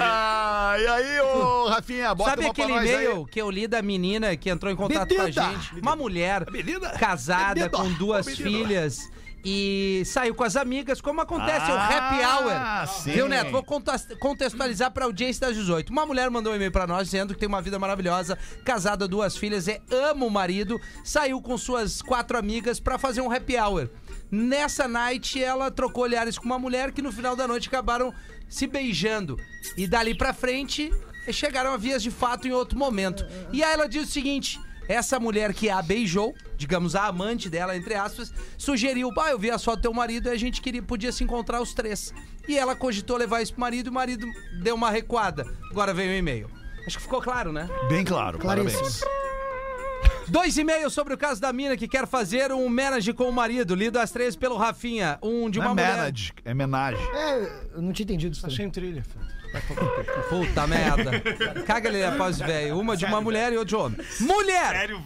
Speaker 4: Ah, e aí, ô Rafinha, bota
Speaker 5: Sabe
Speaker 4: uma pra
Speaker 5: aquele
Speaker 4: nós aí.
Speaker 5: e-mail que eu li da menina que entrou em contato com a
Speaker 9: Menina.
Speaker 5: gente? Uma mulher
Speaker 4: Menina.
Speaker 5: casada
Speaker 4: Menino.
Speaker 5: com duas
Speaker 4: Menino.
Speaker 5: filhas e saiu com as amigas, como acontece, é o happy
Speaker 4: Ah,
Speaker 5: hour.
Speaker 4: sim.
Speaker 5: Viu, Neto? Vou contas- contextualizar pra audiência das 18. Uma mulher mandou um e-mail pra nós dizendo que tem uma vida maravilhosa, casada, duas filhas, é ama o marido, saiu com suas quatro amigas pra fazer um happy hour. Nessa night, ela trocou olhares com uma mulher que no final da noite acabaram se beijando. E dali pra frente, chegaram a vias de fato em outro momento. E aí ela diz o seguinte: essa mulher que a beijou, digamos a amante dela, entre aspas, sugeriu: pá, eu vi a foto do teu marido e a gente queria, podia se encontrar os três. E ela cogitou levar isso pro marido e o marido deu uma recuada. Agora veio o e-mail. Acho que ficou claro, né?
Speaker 4: Bem claro,
Speaker 9: Claríssimo.
Speaker 4: parabéns.
Speaker 5: Dois e-mails sobre o caso da mina que quer fazer um marriage com o marido, lido às três pelo Rafinha. Um de
Speaker 4: Não é
Speaker 5: uma mulher.
Speaker 4: manage, é homenagem.
Speaker 9: É, eu não tinha entendido isso. também.
Speaker 8: Sem trilha.
Speaker 5: Puta merda. Caga ele após velho. Uma de uma mulher e outra de homem. Mulher! Sério,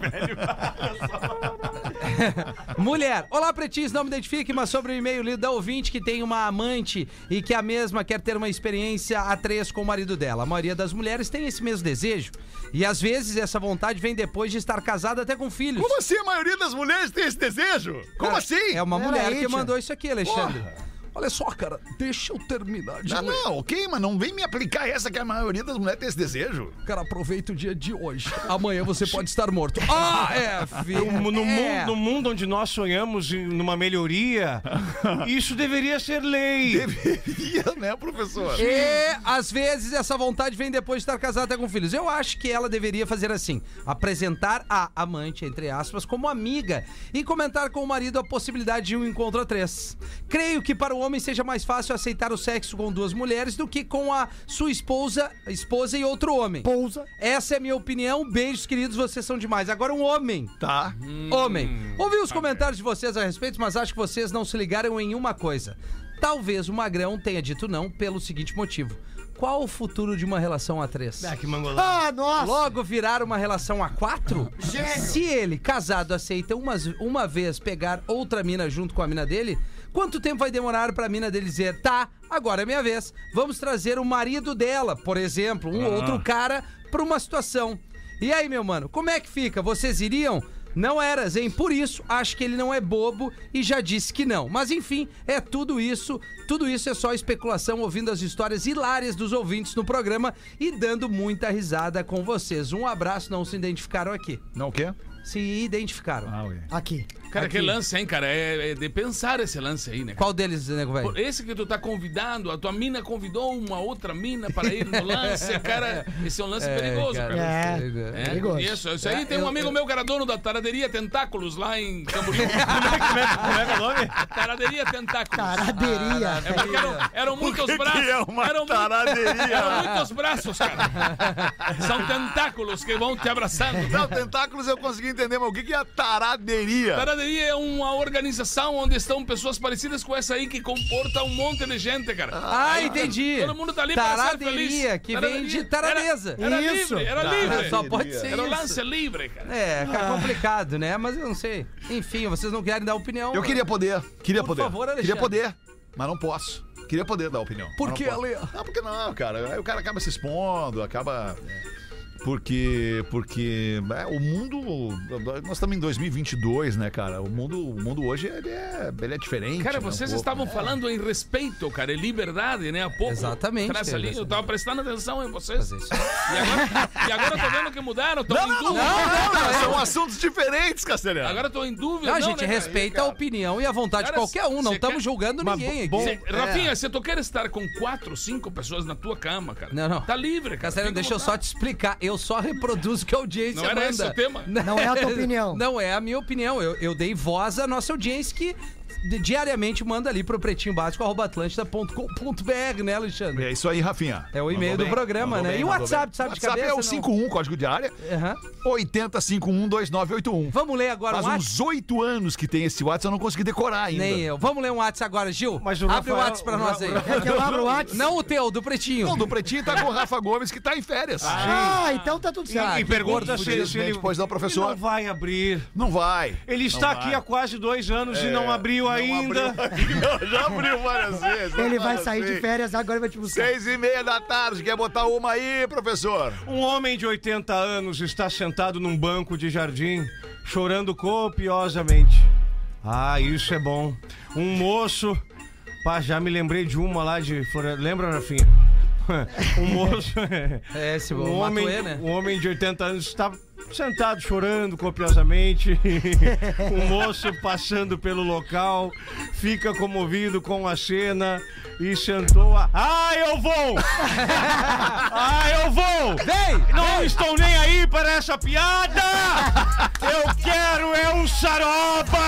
Speaker 5: velho. mulher. Olá, pretinhos, não me identifique, mas sobre o e-mail lido da ouvinte que tem uma amante e que a mesma quer ter uma experiência a três com o marido dela. A maioria das mulheres tem esse mesmo desejo. E às vezes essa vontade vem depois de estar casada até com filhos.
Speaker 4: Como assim a maioria das mulheres tem esse desejo? Como
Speaker 5: Cara,
Speaker 4: assim?
Speaker 5: É uma
Speaker 9: Pera
Speaker 5: mulher
Speaker 9: aí,
Speaker 5: que
Speaker 9: tia.
Speaker 5: mandou isso aqui, Alexandre.
Speaker 10: Olha só, cara, deixa eu terminar de
Speaker 5: tipo-
Speaker 4: Ah,
Speaker 10: ler.
Speaker 4: não, ok, mas não vem me aplicar essa que a maioria das mulheres tem esse desejo.
Speaker 10: Cara, aproveita o dia de hoje. Amanhã você pode estar morto. Ah, é, filho.
Speaker 8: No, no
Speaker 5: É.
Speaker 8: mundo, no mundo onde nós sonhamos em- numa melhoria, isso deveria ser lei.
Speaker 4: Deveria, né, professor?
Speaker 5: E às vezes essa vontade vem depois de estar casada até com filhos. Eu acho que ela deveria fazer assim: apresentar a amante, entre aspas, como amiga e comentar com o marido a possibilidade de um encontro a três. Creio que para o homem seja mais fácil aceitar o sexo com duas mulheres do que com a sua esposa, esposa e outro homem.
Speaker 9: Pousa.
Speaker 5: Essa é a minha opinião. Beijos, queridos, vocês são demais. Agora, um homem.
Speaker 4: Tá.
Speaker 8: Hum.
Speaker 5: Homem, ouvi os comentários de vocês a respeito, mas acho que vocês não se ligaram em uma coisa. Talvez o Magrão tenha dito não pelo seguinte motivo. Qual o futuro de uma relação a três?
Speaker 8: Ah, que mangolão.
Speaker 9: Ah, nossa.
Speaker 5: Logo virar uma relação a quatro? Se ele, casado, aceita umas, uma vez pegar outra mina junto com a mina dele, quanto tempo vai demorar pra mina dele dizer, tá, agora é minha vez, vamos trazer o marido dela, por exemplo,
Speaker 8: Ah.
Speaker 5: um outro cara, pra uma situação. E aí, meu mano, como é que fica? Vocês iriam? Não eras, hein? Por isso, acho que ele não é bobo e já disse que não. Mas enfim, é tudo isso. Tudo isso é só especulação, ouvindo as histórias hilárias dos ouvintes no programa e dando muita risada com vocês. Um abraço, não se identificaram aqui.
Speaker 4: Não o quê? Ah,
Speaker 5: Se identificaram.
Speaker 9: Aqui.
Speaker 6: Cara, que lance, hein, cara? É, é de pensar esse lance aí, né? cara?
Speaker 5: Qual deles, nego velho?
Speaker 6: Por Esse que tu tá convidando, a tua mina convidou uma outra mina para ir no lance, cara. Esse é um lance perigoso, cara.
Speaker 9: É.
Speaker 6: É,
Speaker 9: perigoso.
Speaker 6: isso, isso aí tem um amigo meu que era dono da Taraderia Tentáculos lá em Camboriú.
Speaker 8: Como é que é o nome?
Speaker 6: taraderia Tentáculos.
Speaker 9: Taraderia.
Speaker 6: É porque eram, eram muitos
Speaker 4: que
Speaker 6: braços.
Speaker 4: é uma
Speaker 6: eram, mu-
Speaker 4: taraderia?
Speaker 6: eram muitos braços, cara. São tentáculos que vão te abraçando.
Speaker 4: Não, tentáculos eu consegui entender, mas o que que é a taraderia?
Speaker 6: Taraderia é uma organização onde estão pessoas parecidas com essa aí que comporta um monte de gente, cara.
Speaker 5: Ah, entendi.
Speaker 6: Todo mundo tá ali pra ser feliz.
Speaker 5: Taraderia, que vem de taradeza.
Speaker 6: Era, era
Speaker 9: Isso.
Speaker 6: livre, era livre.
Speaker 5: é Só pode ser
Speaker 6: É. Era o
Speaker 5: isso.
Speaker 6: lance livre, cara.
Speaker 5: É, cara, complicado, né? Mas eu não sei. Enfim, vocês não querem dar opinião. né?
Speaker 4: Eu queria poder, queria
Speaker 5: Por
Speaker 4: poder.
Speaker 5: favor,
Speaker 4: queria
Speaker 5: Alexandre.
Speaker 4: poder, mas não posso. Queria poder dar opinião.
Speaker 10: Por
Speaker 4: mas
Speaker 10: que,
Speaker 4: não posso.
Speaker 10: Ale?
Speaker 4: Não, porque não, cara. Aí o cara acaba se expondo, acaba Porque, porque é, o mundo. Nós estamos em 2022, né, cara? O mundo, o mundo hoje ele é, ele é diferente.
Speaker 6: Cara,
Speaker 4: né, um
Speaker 6: vocês
Speaker 4: pouco,
Speaker 6: estavam
Speaker 4: né?
Speaker 6: falando em respeito, cara, e liberdade, né? Há pouco.
Speaker 5: Exatamente,
Speaker 6: Atrás ali, eu tava prestando atenção em vocês.
Speaker 5: Fazer isso.
Speaker 6: E agora, e agora eu tô vendo que mudaram, estão em dúvida.
Speaker 4: Cara, são assuntos diferentes, Castelhano.
Speaker 6: Agora eu tô em dúvida.
Speaker 5: Não, a
Speaker 6: não,
Speaker 5: gente
Speaker 6: né, cara?
Speaker 5: respeita a opinião e a vontade
Speaker 6: Cara,
Speaker 5: de qualquer um, não
Speaker 6: cê quer-
Speaker 5: estamos julgando
Speaker 8: Mas
Speaker 5: ninguém
Speaker 8: bom-
Speaker 5: aqui.
Speaker 6: Cê-
Speaker 5: É.
Speaker 6: Rafinha, se tu quer estar com quatro, cinco pessoas na tua cama, cara,
Speaker 5: Não, não.
Speaker 6: tá livre, cara.
Speaker 5: Castelhano,
Speaker 6: Fica à
Speaker 5: deixa eu só te
Speaker 6: vontade.
Speaker 5: explicar. Eu só reproduzo o que a audiência
Speaker 6: Não era
Speaker 5: manda.
Speaker 6: esse o tema?
Speaker 9: Não é a tua opinião.
Speaker 5: Não é a minha opinião. Eu, eu dei voz à nossa audiência que di- diariamente manda ali pro pretinho básico atlântida.com.br, né, Alexandre?
Speaker 4: É isso aí, Rafinha.
Speaker 5: É o
Speaker 4: Mandou
Speaker 5: e-mail do
Speaker 4: bem,
Speaker 5: programa,
Speaker 4: mandou
Speaker 5: né?
Speaker 4: bem,
Speaker 5: E o
Speaker 4: mandou
Speaker 5: WhatsApp,
Speaker 4: bem.
Speaker 5: sabe de
Speaker 4: WhatsApp é
Speaker 5: cabeça,
Speaker 4: o
Speaker 5: não?
Speaker 4: 51, código de área,
Speaker 6: É.
Speaker 5: Aham.
Speaker 4: 80512981.
Speaker 5: Vamos ler agora
Speaker 4: Faz
Speaker 5: um WhatsApp?
Speaker 4: uns oito anos que tem esse WhatsApp, eu não consegui decorar ainda.
Speaker 5: Nem eu. Vamos ler um WhatsApp agora, Gil.
Speaker 8: Mas o
Speaker 5: Abre o
Speaker 8: Rafael-
Speaker 5: WhatsApp pra
Speaker 8: o
Speaker 5: nós
Speaker 8: Ra-
Speaker 5: aí.
Speaker 9: Que eu abro o WhatsApp.
Speaker 5: Não o teu, do pretinho.
Speaker 4: Não, do Pretinho tá com o Rafa Gomes, que tá em férias.
Speaker 9: Ah, então tá tudo certo.
Speaker 5: Ah,
Speaker 8: e
Speaker 5: que
Speaker 8: pergunta
Speaker 5: gordo,
Speaker 8: se ele, se ele-
Speaker 4: Infelizmente, pois não, professor.
Speaker 8: Ele não vai abrir.
Speaker 4: Não vai.
Speaker 8: Ele
Speaker 4: Não
Speaker 8: está aqui
Speaker 4: vai.
Speaker 8: há quase dois anos
Speaker 6: É,
Speaker 8: e não abriu ainda.
Speaker 4: Não, já abriu várias vezes.
Speaker 9: Ele vai
Speaker 4: Fala
Speaker 9: sair
Speaker 4: assim.
Speaker 9: de férias agora e vai tipo, te buscar.
Speaker 4: Seis e meia da tarde, quer botar uma aí, professor?
Speaker 8: Um homem de 80 anos está sentado num banco de jardim, chorando copiosamente. Ah, isso é bom. Um moço. Pá, já me lembrei de uma lá de Flora... Lembra, Rafinha? Um moço.
Speaker 5: É, esse
Speaker 8: um,
Speaker 5: o
Speaker 8: homem,
Speaker 5: Matuê, né?
Speaker 8: um homem de 80 anos está sentado chorando copiosamente. um moço passando pelo local fica comovido com a cena e sentou a. Ah, eu vou! ah, eu vou!
Speaker 5: Vem!
Speaker 8: Não estou nem aí para essa piada! Eu quero é um saroba!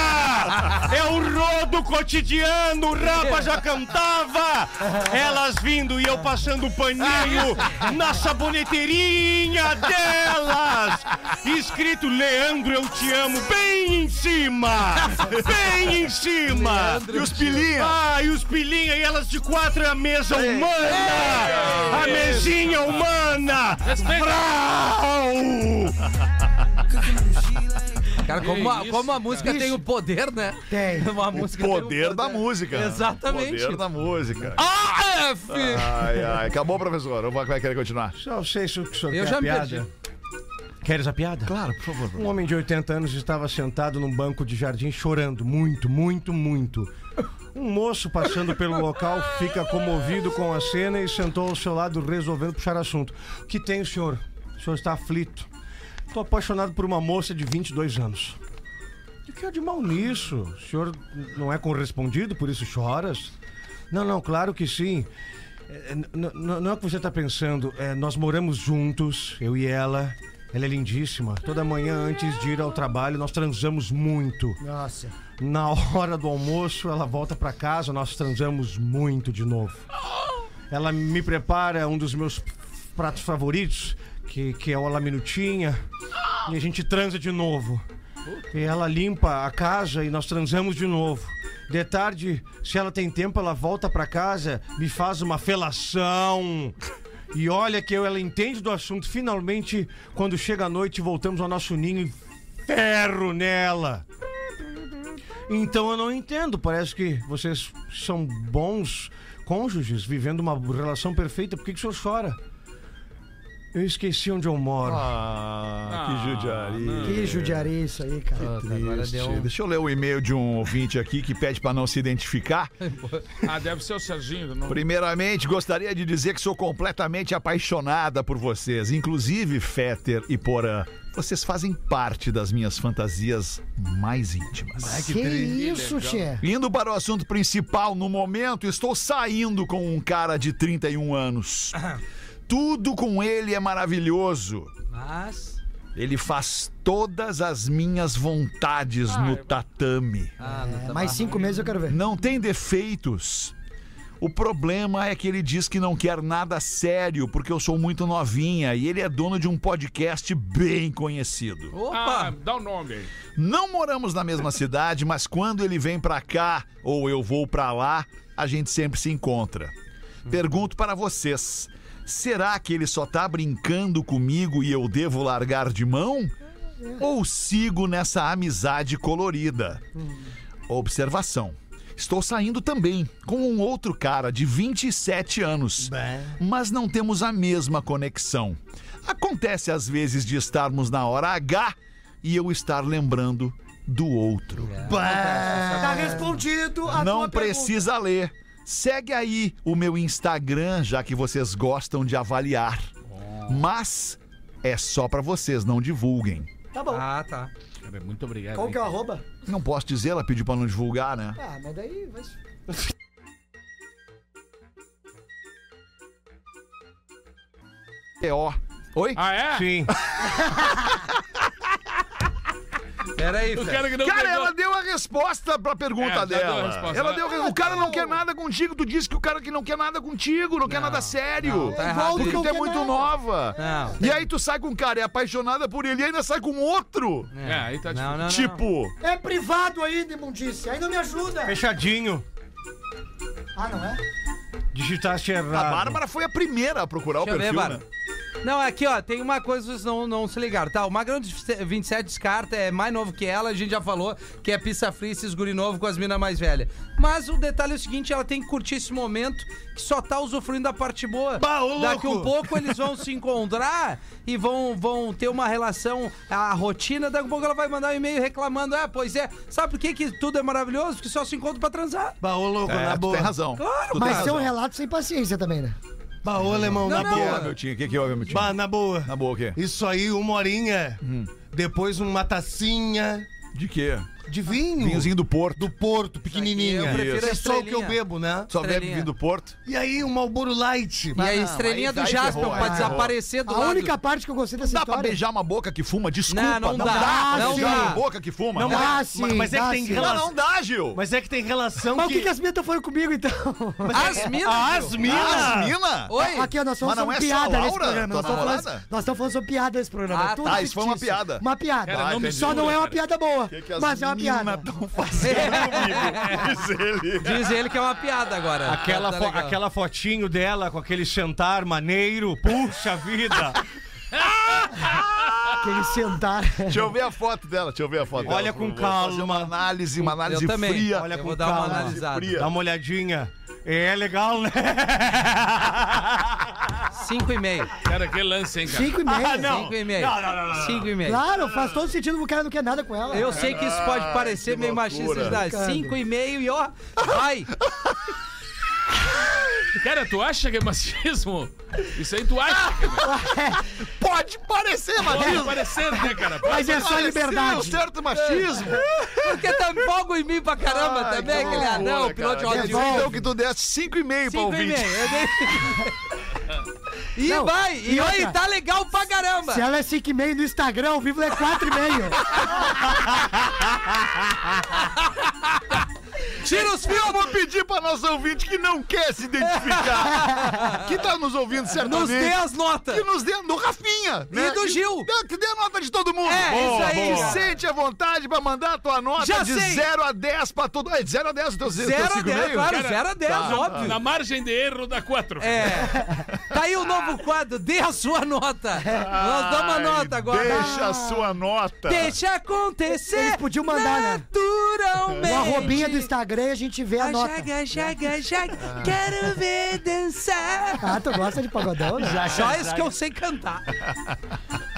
Speaker 8: É o rodo cotidiano, o rapa já cantava! Elas vindo e eu passando paninho na saboneteirinha delas! Escrito Leandro, eu te amo, bem em cima! Bem em cima!
Speaker 4: E os pilinhas?
Speaker 8: Ah, e os pilinha e elas de quatro é a mesa
Speaker 4: É
Speaker 8: humana! A mesinha humana! Vrau!
Speaker 5: Cara, como, a,
Speaker 6: isso,
Speaker 5: como a música tem o poder, né?
Speaker 9: Tem.
Speaker 5: Uma música tem
Speaker 4: Poder da música.
Speaker 5: É. Exatamente.
Speaker 4: Poder da música.
Speaker 5: Ah, F!
Speaker 4: Ai, ai. Acabou, professor. Ou vai vai querer continuar?
Speaker 8: Só sei se o que o senhor
Speaker 5: Eu
Speaker 8: quer
Speaker 5: já
Speaker 8: a
Speaker 5: me
Speaker 8: piada. Queres a piada?
Speaker 4: Claro, por favor.
Speaker 8: Um homem de 80 anos estava sentado num banco de jardim chorando muito, muito, muito. Um moço passando pelo local fica comovido com a cena e sentou ao seu lado resolvendo puxar assunto. O que tem, senhor? O senhor está aflito. Estou apaixonado por uma moça de 22 anos. O que há de mal nisso? O senhor não é correspondido, por isso choras? Não, não, claro que sim. É, n- n- Não é o que você está pensando. É, nós moramos juntos, eu e ela. Ela é lindíssima. Toda manhã, antes de ir ao trabalho, nós transamos muito.
Speaker 9: Nossa.
Speaker 8: Na hora do almoço, ela volta pra casa, nós transamos muito de novo. Ela me prepara um dos meus pratos favoritos, que, que é o ala minutinha, e a gente transa de novo. E ela limpa a casa e nós transamos de novo. De tarde, se ela tem tempo, ela volta pra casa, me faz uma felação. E olha que eu- ela entende do assunto. Finalmente, quando chega a noite, voltamos ao nosso ninho e ferro nela. Então eu não entendo. Parece que vocês são bons cônjuges, vivendo uma relação perfeita. Por que, que o senhor chora? Eu esqueci onde eu moro.
Speaker 4: Ah, que judiaria.
Speaker 9: Que judiaria isso aí, cara.
Speaker 5: Agora deu um...
Speaker 4: Deixa eu ler o e-mail de um ouvinte aqui que pede pra não se identificar.
Speaker 6: Ah, deve ser o Serginho. Não...
Speaker 4: Primeiramente, gostaria de dizer que sou completamente apaixonada por vocês, inclusive Fetter e Porã. Vocês fazem parte das minhas fantasias mais íntimas.
Speaker 9: Que, isso, Tchê?
Speaker 4: Indo para o assunto principal, no momento estou saindo com um cara de 31 anos. Tudo com ele é maravilhoso.
Speaker 5: Mas...
Speaker 4: Ele faz todas as minhas vontades no tatame.
Speaker 5: Ah, não
Speaker 9: É,
Speaker 5: tá
Speaker 9: mais cinco meses eu quero ver.
Speaker 4: Não tem defeitos. O problema é que ele diz que não quer nada sério porque eu sou muito novinha e ele é dono de um podcast bem conhecido.
Speaker 6: Ah,
Speaker 5: Opa!
Speaker 6: dá o nome aí.
Speaker 4: Não moramos na mesma cidade, mas quando ele vem pra cá ou eu vou pra lá, a gente sempre se encontra. Pergunto para vocês: será que ele só tá brincando comigo e eu devo largar de mão? Ou sigo nessa amizade colorida? Observação. Estou saindo também com um outro cara de 27 anos, mas não temos a mesma conexão. Acontece às vezes de estarmos na hora H e eu estar lembrando do outro.
Speaker 5: Tá
Speaker 9: respondido a
Speaker 4: Não precisa ler. Segue aí o meu Instagram, já que vocês gostam de avaliar.
Speaker 9: Oh.
Speaker 4: Mas é só pra vocês, não divulguem.
Speaker 9: Tá bom.
Speaker 5: Ah, tá.
Speaker 6: Cara, muito obrigado.
Speaker 9: Qual
Speaker 6: hein,
Speaker 9: que é o
Speaker 6: cara.
Speaker 9: arroba?
Speaker 4: Não posso dizer, ela pediu pra não divulgar, né?
Speaker 9: Ah, mas daí vai... se-
Speaker 4: P.O. Oi?
Speaker 6: Ah, é?
Speaker 8: Sim.
Speaker 5: Pera aí, Tá
Speaker 6: O
Speaker 5: Fer.
Speaker 6: cara que não
Speaker 4: Cara,
Speaker 6: Então, pegou-
Speaker 4: ela deu a resposta pra pergunta
Speaker 6: É, já deu a
Speaker 4: dela.
Speaker 6: resposta.
Speaker 4: Ela deu, o cara
Speaker 9: Ah,
Speaker 4: não quer nada contigo, tu disse que o cara que não quer nada contigo, não, quer nada sério.
Speaker 5: tá errado.
Speaker 4: Porque
Speaker 5: Não
Speaker 4: tu é
Speaker 9: quer
Speaker 4: muito
Speaker 9: nada.
Speaker 4: nova.
Speaker 5: Não.
Speaker 4: E aí tu sai com um cara, é apaixonada por ele e ainda sai com outro.
Speaker 6: É, aí tá
Speaker 5: Não, não, não.
Speaker 4: Tipo,
Speaker 9: É privado ainda, imundice. Ainda me ajuda.
Speaker 8: Fechadinho.
Speaker 9: Ah, não é?
Speaker 8: Digitaste
Speaker 4: a
Speaker 8: errado.
Speaker 4: Bárbara foi a primeira a procurar
Speaker 5: Deixa
Speaker 4: o
Speaker 5: eu ver,
Speaker 4: perfil.
Speaker 5: Bárbara.
Speaker 4: né?
Speaker 5: Não, aqui, ó, tem uma coisa que vocês não, não se ligaram, tá? O Magrão de 27 descarta, é mais novo que ela, a gente já falou que é pizza fria esses guri novo com as minas mais velhas. Mas o detalhe é o seguinte, ela tem que curtir esse momento que só tá usufruindo da parte boa.
Speaker 8: Bah, ô,
Speaker 5: Daqui um
Speaker 8: louco!
Speaker 5: pouco eles vão se encontrar e vão, vão ter uma relação, a rotina, daqui a pouco ela vai mandar um e-mail reclamando, ah, pois é, sabe por que, que tudo é maravilhoso? Que só se encontra pra transar.
Speaker 8: Baú louco,
Speaker 4: É,
Speaker 8: na
Speaker 4: tu tem
Speaker 8: boa.
Speaker 4: razão.
Speaker 5: Claro,
Speaker 4: tu
Speaker 9: Mas
Speaker 4: tem
Speaker 9: ser um
Speaker 4: razão.
Speaker 9: relato sem paciência também, né?
Speaker 8: Baú, alemão,
Speaker 5: Não,
Speaker 8: na
Speaker 5: não.
Speaker 4: Ah,
Speaker 8: boa.
Speaker 4: meu tio, o que que houve, meu tio?
Speaker 8: Bah, na boa.
Speaker 4: Na tá boa, o quê?
Speaker 8: Isso aí, uma horinha. Depois uma tacinha
Speaker 4: De quê?
Speaker 8: de vinho.
Speaker 4: Vinhozinho do Porto.
Speaker 8: Do Porto, pequenininha.
Speaker 5: Isso aqui eu prefiro a
Speaker 8: é só o que eu
Speaker 5: estrelinha.
Speaker 8: bebo, né?
Speaker 4: Só bebe
Speaker 5: Estrelinha.
Speaker 4: vinho do Porto.
Speaker 8: E aí, um Malboro Light.
Speaker 5: E a
Speaker 4: não,
Speaker 5: estrelinha
Speaker 4: aí-
Speaker 5: do
Speaker 4: aí
Speaker 5: Jasper
Speaker 4: ferrou,
Speaker 5: pra
Speaker 4: aí
Speaker 5: desaparecer do
Speaker 9: A
Speaker 5: lado.
Speaker 9: única parte que eu gostei dessa
Speaker 4: Dá pra
Speaker 9: história... é-
Speaker 4: beijar uma boca que fuma? Desculpa,
Speaker 5: Não, não dá,
Speaker 4: pra
Speaker 9: não
Speaker 4: beijar
Speaker 9: dá.
Speaker 4: uma boca que fuma.
Speaker 8: Não,
Speaker 4: Não,
Speaker 9: Ah,
Speaker 8: mas-
Speaker 9: sim,
Speaker 8: mas é que
Speaker 9: dá
Speaker 8: tem
Speaker 9: sim.
Speaker 8: relação.
Speaker 4: não dá, Gil.
Speaker 8: Mas é que tem relação
Speaker 9: Mas o
Speaker 8: que...
Speaker 9: que, é que as minas foram comigo, então?
Speaker 5: As minas!
Speaker 8: As
Speaker 4: Ah,
Speaker 8: minas!
Speaker 4: mina.
Speaker 5: Oi!
Speaker 9: Aqui, ó, nós estamos
Speaker 4: Mas não
Speaker 9: falando
Speaker 4: é só
Speaker 9: piada
Speaker 4: a
Speaker 9: nesse
Speaker 4: Laura, tua
Speaker 9: programa. Nós estamos
Speaker 4: namorada?
Speaker 9: falando, nós estamos falando sobre piada nesse programa.
Speaker 5: Ah,
Speaker 9: é tudo
Speaker 4: tá, isso foi uma
Speaker 9: fictício.
Speaker 4: piada.
Speaker 9: Uma piada.
Speaker 6: Cara, não
Speaker 4: entendi.
Speaker 9: Só não é uma piada boa,
Speaker 4: que que as
Speaker 9: mas é uma
Speaker 4: mina
Speaker 9: piada.
Speaker 4: tão fazendo comigo? Diz ele.
Speaker 5: Diz ele que é uma piada agora.
Speaker 8: Aquela,
Speaker 5: Tá
Speaker 8: fo-
Speaker 5: legal.
Speaker 8: aquela fotinho dela com aquele chantar maneiro, puxa vida!
Speaker 9: Que eles sentaram.
Speaker 4: Deixa eu ver a foto dela, deixa eu ver a foto dela.
Speaker 8: Olha com
Speaker 4: Vou fazer uma
Speaker 8: calma.
Speaker 4: análise, uma análise
Speaker 5: Eu também.
Speaker 4: fria.
Speaker 8: Olha
Speaker 5: eu
Speaker 8: com
Speaker 5: vou dar uma
Speaker 8: calma.
Speaker 5: analisada.
Speaker 4: Fria.
Speaker 8: Dá uma olhadinha. É legal, né?
Speaker 5: 5 e meio.
Speaker 6: Cara, que lance, hein, cara.
Speaker 9: Cinco e meia.
Speaker 8: Ah, não.
Speaker 5: 5 e meio.
Speaker 8: Não, não, não, não, não.
Speaker 5: 5 e meio.
Speaker 9: Claro, faz todo sentido que o cara não quer nada com ela.
Speaker 5: Eu sei que isso pode parecer
Speaker 4: que
Speaker 5: meio
Speaker 4: loucura.
Speaker 5: machista. 5 e meio e ó, vai.
Speaker 6: Cara, tu acha que é machismo? Isso aí tu acha, cara.
Speaker 4: Pode parecer,
Speaker 6: Pode
Speaker 4: machismo.
Speaker 6: parecer, né, cara?
Speaker 9: Mas é só
Speaker 4: Parecer um
Speaker 9: liberdade.
Speaker 4: certo machismo.
Speaker 5: Porque tá folga em mim pra caramba
Speaker 4: Ai,
Speaker 5: também,
Speaker 4: que loucura,
Speaker 5: aquele anão, é? piloto de
Speaker 4: cara.
Speaker 5: roda de
Speaker 4: Quer dizer, Então
Speaker 5: voo.
Speaker 4: que tu desse 5,5 pra
Speaker 5: 5 e
Speaker 4: ouvinte.
Speaker 5: meio. eu dei- E
Speaker 9: Não,
Speaker 5: vai, e,
Speaker 9: e
Speaker 5: aí,
Speaker 9: outra.
Speaker 5: tá legal pra caramba.
Speaker 9: Se ela é 5 e meio no Instagram, ao vivo ela é 4 e meio.
Speaker 5: Tira os
Speaker 4: Eu
Speaker 5: filmes.
Speaker 4: vou pedir pra nosso ouvinte que não quer se identificar, que tá nos ouvindo
Speaker 5: Nos dê
Speaker 4: certamente,
Speaker 5: as notas.
Speaker 4: que nos dê do Rafinha. né?
Speaker 5: do
Speaker 4: Que-
Speaker 5: Gil.
Speaker 4: Que dê a nota de todo mundo.
Speaker 5: É, isso aí,
Speaker 4: E
Speaker 5: cara.
Speaker 4: sente a vontade pra mandar a tua nota
Speaker 5: Já
Speaker 4: de
Speaker 5: sei.
Speaker 4: 0 a 10 pra todo... É, de 0 a 10 o teu 0
Speaker 5: 0 a 10, claro, 0 a 10,
Speaker 6: Tá,
Speaker 5: óbvio.
Speaker 6: Na margem de erro dá quatro.
Speaker 5: É. Tá aí o novo quadro, dê a sua nota. Nós damos a nota agora. Ah.
Speaker 4: Deixa a sua nota.
Speaker 5: Deixa acontecer.
Speaker 9: Eles podiam mandar, né?
Speaker 5: naturalmente.
Speaker 9: Uma robinha do Instagram e a gente vê a
Speaker 5: Ah,
Speaker 9: nota.
Speaker 5: Jaga, jaga, jaga. Quero ver dançar.
Speaker 9: Ah, tu gosta de pagodão, né?
Speaker 5: Só isso que eu sei cantar.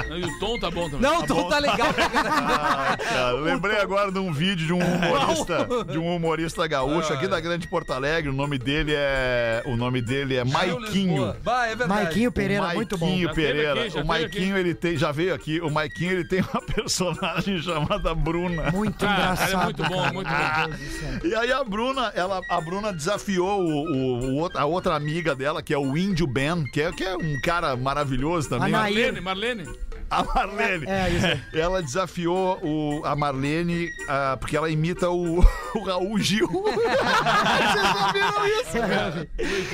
Speaker 6: Não, E o tom tá bom também.
Speaker 5: Não, o tom tá legal pra caramba.
Speaker 4: Ai, cara, Ah, tá. lembrei agora de um vídeo de um humorista, de um humorista gaúcho aqui
Speaker 5: Ah.
Speaker 4: da Grande Porto Alegre. O nome dele é, o nome dele é Maiquinho.
Speaker 5: Lisboa. Vai, é verdade.
Speaker 9: Maiquinho Pereira, muito bom.
Speaker 4: Maiquinho
Speaker 6: Já teve
Speaker 4: Pereira.
Speaker 6: aqui, já
Speaker 4: o
Speaker 6: teve
Speaker 4: Maiquinho, ele tem. Já veio aqui. O Maiquinho, ele tem uma personagem chamada Bruna.
Speaker 9: Muito
Speaker 6: Cara,
Speaker 9: engraçado.
Speaker 6: cara, é muito bom, muito bom.
Speaker 4: E aí a Bruna, ela, a Bruna desafiou o, o- o outro- a outra amiga dela, que é o Índio Ben, que é, que é um cara maravilhoso também. né?
Speaker 9: Anaí.
Speaker 6: Marlene, Marlene.
Speaker 4: A Marlene.
Speaker 9: É, isso aí.
Speaker 4: Ela desafiou o- a Marlene ah, porque ela imita o, o Raul Gil. Vocês já viram isso?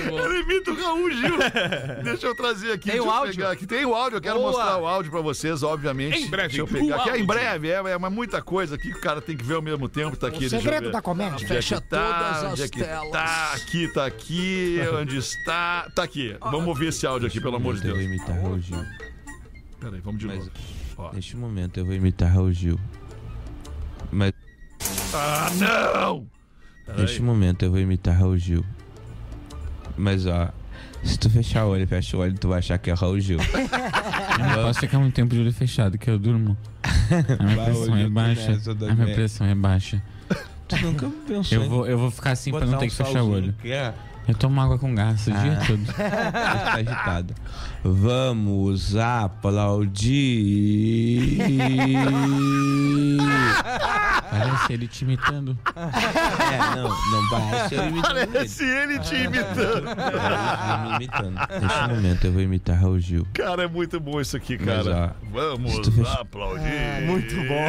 Speaker 4: Ela imita o Raul Gil. Deixa eu trazer aqui.
Speaker 5: Tem
Speaker 4: deixa
Speaker 5: o
Speaker 4: eu
Speaker 5: áudio?
Speaker 4: pegar aqui. Tem o áudio, eu quero
Speaker 5: Boa.
Speaker 4: mostrar o áudio pra vocês, obviamente.
Speaker 6: Em breve,
Speaker 4: Deixa eu pegar
Speaker 6: o
Speaker 4: aqui. É, em
Speaker 6: áudio.
Speaker 4: breve, é, é uma muita coisa aqui que o cara tem que ver ao mesmo tempo. Tá aqui,
Speaker 9: O
Speaker 4: deixa eu
Speaker 9: segredo
Speaker 4: ver.
Speaker 9: da comédia.
Speaker 4: Onde é que
Speaker 10: Fecha
Speaker 4: tá?
Speaker 10: todas
Speaker 4: Onde é
Speaker 10: as
Speaker 4: que
Speaker 10: telas.
Speaker 4: Tá aqui, tá aqui. Onde está? Tá aqui. Vamos ouvir esse áudio aqui, pelo amor de
Speaker 1: Eu vou
Speaker 4: Deus.
Speaker 1: imitar Raul Gil.
Speaker 4: Peraí, vamos de novo.
Speaker 1: Neste momento eu vou imitar Raul Gil. Mas
Speaker 4: Ah, não!
Speaker 1: neste momento eu vou imitar Raul Gil. Mas ó, Se tu fechar o olho, fecha o olho, tu vai achar que é Raul Gil.
Speaker 11: Eu posso ficar muito um tempo de olho fechado, que eu durmo. A minha
Speaker 1: Bah,
Speaker 11: pressão
Speaker 1: hoje
Speaker 11: é
Speaker 1: eu tô
Speaker 11: baixa.
Speaker 1: nessa
Speaker 11: A minha
Speaker 1: também.
Speaker 11: pressão é baixa.
Speaker 1: tu nunca pensou
Speaker 11: Eu vou, eu vou ficar assim pra não
Speaker 9: um
Speaker 11: ter que fechar o olho.
Speaker 1: Que é?
Speaker 11: Eu tomo água com gás o dia
Speaker 1: Ah.
Speaker 11: todo.
Speaker 1: Tá agitado. Vamos aplaudir.
Speaker 11: Parece ele te imitando.
Speaker 1: É, não, não parece eu imitando ele.
Speaker 4: Parece ele te
Speaker 10: Ah.
Speaker 4: imitando.
Speaker 1: Parece eu me imitando. Neste momento eu vou imitar Raul Gil.
Speaker 4: Cara, é muito bom isso aqui,
Speaker 1: Mas,
Speaker 4: cara.
Speaker 1: ó,
Speaker 4: Vamos
Speaker 1: se tu fechar-
Speaker 4: aplaudir.
Speaker 10: É,
Speaker 4: É
Speaker 8: Muito bom.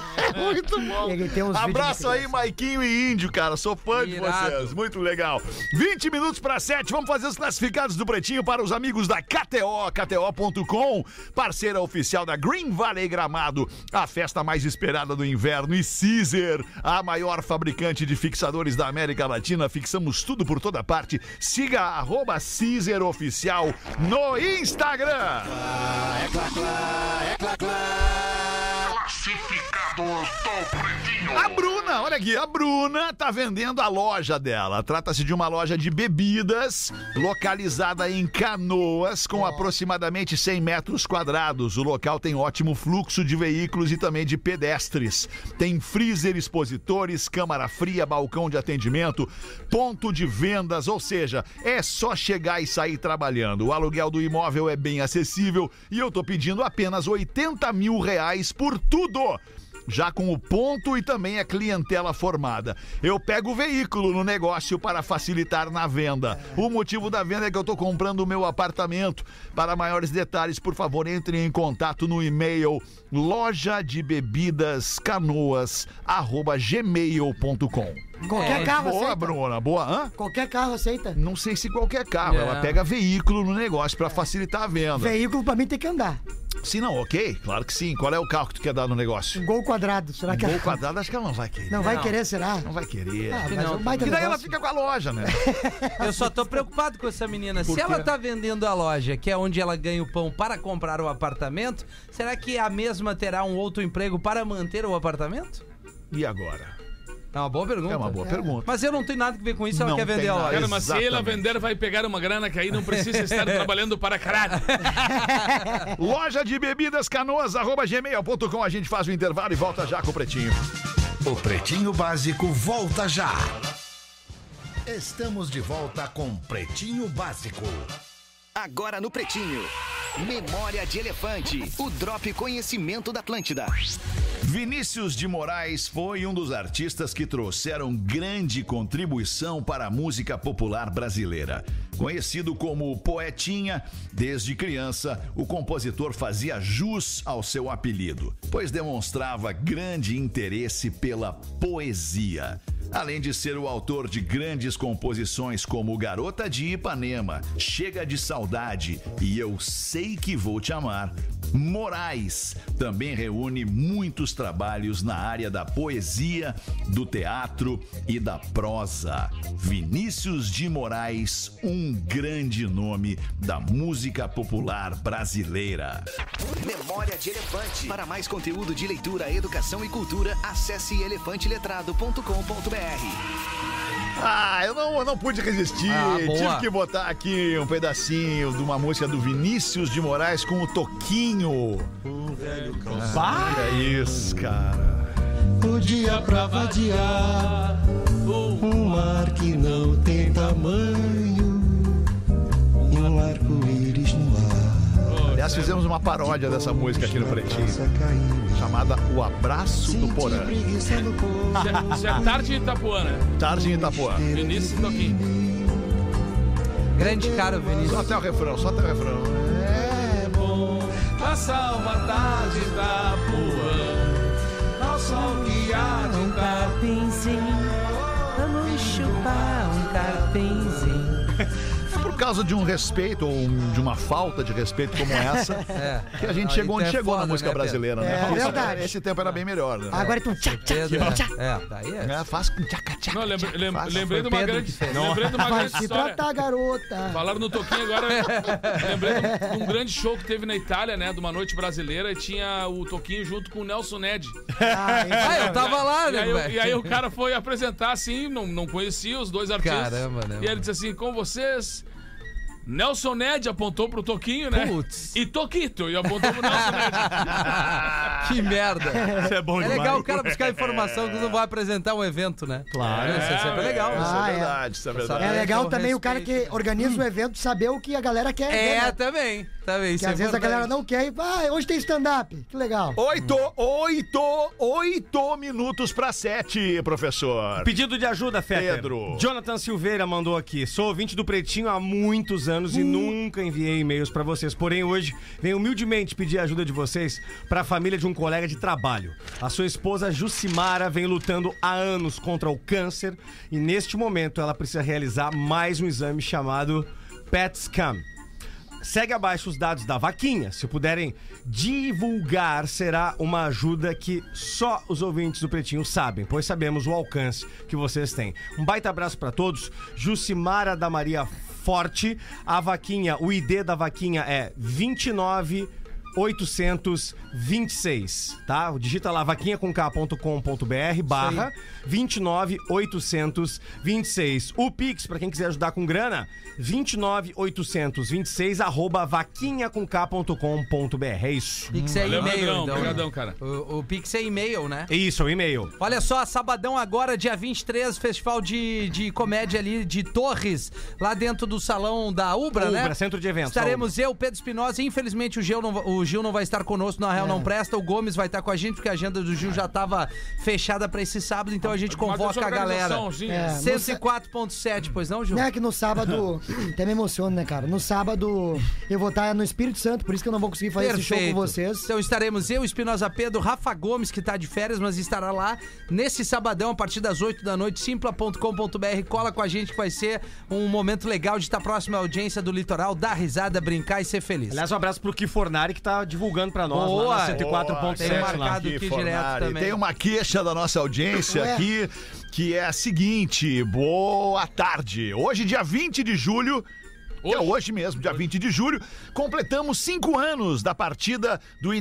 Speaker 4: Muito bom.
Speaker 9: Ele tem uns vídeos
Speaker 4: Abraço
Speaker 9: de
Speaker 4: aí, Maiquinho e Índio, cara. Sou fã de
Speaker 5: Irado.
Speaker 4: vocês. Muito legal. 20 minutos para 7. Vamos fazer os classificados do Pretinho para os amigos da KTO, KTO.com, parceira oficial da Green Valley Gramado, a festa mais esperada do inverno. E Caesar, a maior fabricante de fixadores da América Latina. Fixamos tudo por toda parte. Siga arroba Caesar Oficial no Instagram. A Bruna, olha aqui, a Bruna tá vendendo a loja dela. Trata-se de uma loja de bebidas localizada em Canoas, com aproximadamente 100 metros quadrados. O local tem ótimo fluxo de veículos e também de pedestres. Tem freezer, expositores, câmara fria, balcão de atendimento, ponto de vendas, ou seja, é só chegar e sair trabalhando. O aluguel do imóvel é bem acessível e eu tô pedindo apenas 80 mil reais por tudo já com o ponto e também a clientela formada. Eu pego o veículo no negócio para facilitar na venda. O motivo da venda é que eu estou comprando o meu apartamento. Para maiores detalhes, por favor, entre em contato no e-mail loja de bebidas canoas gmail.com.
Speaker 9: Qualquer carro
Speaker 4: Boa,
Speaker 9: aceita.
Speaker 4: Bruna, boa, hã?
Speaker 9: Qualquer carro aceita.
Speaker 4: Não sei se qualquer carro,
Speaker 11: É.
Speaker 4: ela pega veículo no negócio
Speaker 9: É.
Speaker 4: para facilitar a venda.
Speaker 9: Veículo pra mim tem que andar.
Speaker 4: Se não, ok? Claro que sim. Qual é o carro que tu quer dar no negócio?
Speaker 9: Um gol quadrado. Será que é?
Speaker 4: Gol
Speaker 9: ela...
Speaker 4: quadrado, acho que ela não vai querer.
Speaker 9: Não vai querer, será?
Speaker 4: Não vai querer.
Speaker 9: Ah, mas
Speaker 5: não,
Speaker 9: é um baita
Speaker 4: Que daí ela
Speaker 9: negócio.
Speaker 4: fica com a loja, né?
Speaker 5: Eu só tô preocupado com essa menina. Se ela tá vendendo a loja, que é onde ela ganha o pão para comprar o apartamento, será que a mesma terá um outro emprego para manter o apartamento?
Speaker 4: E agora?
Speaker 5: É uma boa pergunta.
Speaker 4: É uma boa pergunta.
Speaker 5: Mas eu não tenho nada a ver com isso, ela
Speaker 4: Não
Speaker 5: quer
Speaker 4: tem
Speaker 5: vender a
Speaker 4: nada.
Speaker 5: loja.
Speaker 6: Cara, mas se ela
Speaker 4: Exatamente.
Speaker 6: vender, vai pegar uma grana que aí não precisa estar trabalhando para caralho.
Speaker 4: Loja de bebidas canoas, arroba gmail.com. A gente faz o intervalo e volta já com o Pretinho.
Speaker 2: O Pretinho Básico volta já. Estamos de volta com Pretinho Básico.
Speaker 12: Agora no Pretinho. Memória de Elefante. O Drop Conhecimento da Atlântida.
Speaker 4: Vinícius de Moraes foi um dos artistas que trouxeram grande contribuição para a música popular brasileira. Conhecido como Poetinha, desde criança, o compositor fazia jus ao seu apelido, pois demonstrava grande interesse pela poesia. Além de ser o autor de grandes composições como Garota de Ipanema, Chega de Saudade e Eu Sei Que Vou Te Amar, Moraes também reúne muitos trabalhos na área da poesia, do teatro e da prosa. Vinícius de Moraes, um grande nome da música popular brasileira.
Speaker 12: Memória de Elefante. Para mais conteúdo de leitura, educação e cultura, acesse elefanteletrado.com.br.
Speaker 4: Ah, eu não, eu não pude resistir.
Speaker 5: Ah, boa.
Speaker 4: Tive que botar aqui um pedacinho de uma música do Vinícius de Moraes com o Toquinho.
Speaker 8: Bah!
Speaker 4: É isso, cara.
Speaker 13: O dia pra vadiar, um mar que não tem tamanho, um arco-íris no ar.
Speaker 4: Aliás, fizemos uma paródia dessa música aqui no Pretinho, chamada O Abraço do Porã.
Speaker 13: Preguiça no corpo,
Speaker 6: Já- Já é tarde em Itapuã, né?
Speaker 4: Tarde em Itapuã.
Speaker 6: Vinícius Toquinho.
Speaker 5: Grande cara, Vinícius.
Speaker 4: Só até o refrão, só até o refrão.
Speaker 6: É bom passar uma tarde da rua ao sol que há de dar.
Speaker 4: É por causa de um respeito ou um- de uma falta de respeito como essa
Speaker 5: É.
Speaker 4: que a gente
Speaker 5: Não,
Speaker 4: chegou onde
Speaker 5: então é
Speaker 4: chegou na
Speaker 5: foda,
Speaker 4: música
Speaker 5: né, Pedro?
Speaker 4: brasileira, né?
Speaker 9: É
Speaker 4: Porque
Speaker 9: verdade.
Speaker 4: Esse tempo era bem melhor, né?
Speaker 9: Agora então, tu... Tchac, tchac,
Speaker 5: Pedro,
Speaker 9: tchac, tchac.
Speaker 5: é. É, daí é.
Speaker 4: É, faz com tchaca tchaca.
Speaker 6: Não, lembrei, lem-
Speaker 4: Faz,
Speaker 6: lembrei de
Speaker 5: foi
Speaker 6: uma
Speaker 5: Pedro
Speaker 6: grande,
Speaker 5: que fez.
Speaker 6: lembrei de uma
Speaker 9: Vai
Speaker 6: grande
Speaker 9: se
Speaker 6: história.
Speaker 9: tratar, garota.
Speaker 6: Falaram no Toquinho agora. lembrei de um, de um grande show que teve na Itália, né? De uma noite brasileira. E tinha o Toquinho junto com o Nelson Ned.
Speaker 5: Ah, eu tava lá,
Speaker 6: E
Speaker 5: né,
Speaker 6: aí, o-
Speaker 5: velho?
Speaker 6: e aí o cara foi apresentar assim, não, não conhecia os dois artistas.
Speaker 5: Caramba, né,
Speaker 6: E ele
Speaker 5: mano?
Speaker 6: disse assim: com vocês, Nelson Ned apontou pro Toquinho, né? Putz. E Toquito, e apontou pro Nelson Ned.
Speaker 5: Que merda.
Speaker 4: Isso é bom
Speaker 5: É
Speaker 4: demais.
Speaker 5: legal o cara buscar informação quando vai apresentar um evento, né?
Speaker 4: Claro.
Speaker 5: Isso é sempre legal.
Speaker 4: Isso
Speaker 9: Ah,
Speaker 4: é
Speaker 9: é.
Speaker 4: verdade, isso é verdade.
Speaker 9: É legal
Speaker 5: Eu
Speaker 9: também o cara que organiza o evento saber o que a galera quer.
Speaker 5: É,
Speaker 9: ver, né?
Speaker 5: também. também.
Speaker 9: Que
Speaker 5: isso
Speaker 9: às
Speaker 5: é
Speaker 9: vezes a
Speaker 5: importante.
Speaker 9: galera não quer e ah, hoje tem stand-up. Que legal.
Speaker 4: Oito, oito, oito minutos para sete, professor.
Speaker 8: Pedido de ajuda, Fetter.
Speaker 4: Pedro.
Speaker 8: Jonathan Silveira mandou aqui. Sou ouvinte do Pretinho há muitos anos e nunca enviei e-mails pra vocês. Porém, hoje venho humildemente pedir a ajuda de vocês pra família de um colega de trabalho. A sua esposa Jucimara vem lutando há anos contra o câncer e neste momento ela precisa realizar mais um exame chamado PET scan. Segue abaixo os dados da vaquinha. Se puderem divulgar, será uma ajuda que só os ouvintes do Pretinho sabem, pois sabemos o alcance que vocês têm. Um baita abraço para todos. Jucimara da Maria Forte. A vaquinha, o ID da vaquinha é 29 826, tá? Digita lá vaquinha.com.br barra 29826. O Pix, pra quem quiser ajudar com grana, 29826 arroba vaquinha.com.br. É isso.
Speaker 5: Pix é
Speaker 6: Valeu,
Speaker 5: e-mail,
Speaker 6: Magrão.
Speaker 5: então.
Speaker 6: Obrigadão, cara.
Speaker 5: O, o Pix é e-mail, né?
Speaker 8: É isso, é o e-mail.
Speaker 5: Olha só, sabadão agora, dia 23, festival de, de comédia ali de Torres, lá dentro do salão da Ubra, né?
Speaker 8: Ubra, centro de eventos,
Speaker 5: Estaremos eu, Pedro Espinosa, infelizmente o Gil, não, va- o Gil não vai estar conosco, na
Speaker 9: É.
Speaker 5: real não presta, o Gomes vai estar com a gente, porque a agenda do Gil já estava fechada pra esse sábado, então a gente
Speaker 6: Mas
Speaker 5: convoca
Speaker 6: essa
Speaker 5: a galera.
Speaker 6: organização, sim.
Speaker 9: É.
Speaker 5: 104.7, pois não, Gil?
Speaker 9: Não, é que no sábado. Até me emociono, né, cara? No sábado eu vou estar no Espírito Santo, por isso que eu não vou conseguir fazer esse show com vocês.
Speaker 5: Então estaremos eu, Espinosa Pedro, Rafa Gomes, que tá de férias, mas estará lá nesse sabadão, a partir das 8 da noite, simpla.com.br. Cola com a gente que vai ser um momento legal de estar próximo à audiência do litoral, dar risada, brincar e ser feliz.
Speaker 8: Aliás, um abraço pro Kifornari que tá divulgando pra nós
Speaker 5: Boa.
Speaker 8: lá na
Speaker 5: Tem
Speaker 8: 104.7 lá.
Speaker 5: marcado. aqui direto
Speaker 4: Fornari.
Speaker 5: também.
Speaker 4: Tem uma queixa da nossa audiência
Speaker 9: Ué.
Speaker 4: aqui, que é a seguinte: boa tarde. Hoje, dia 20 de julho. que É hoje mesmo, dia 20 de julho, completamos cinco anos da partida do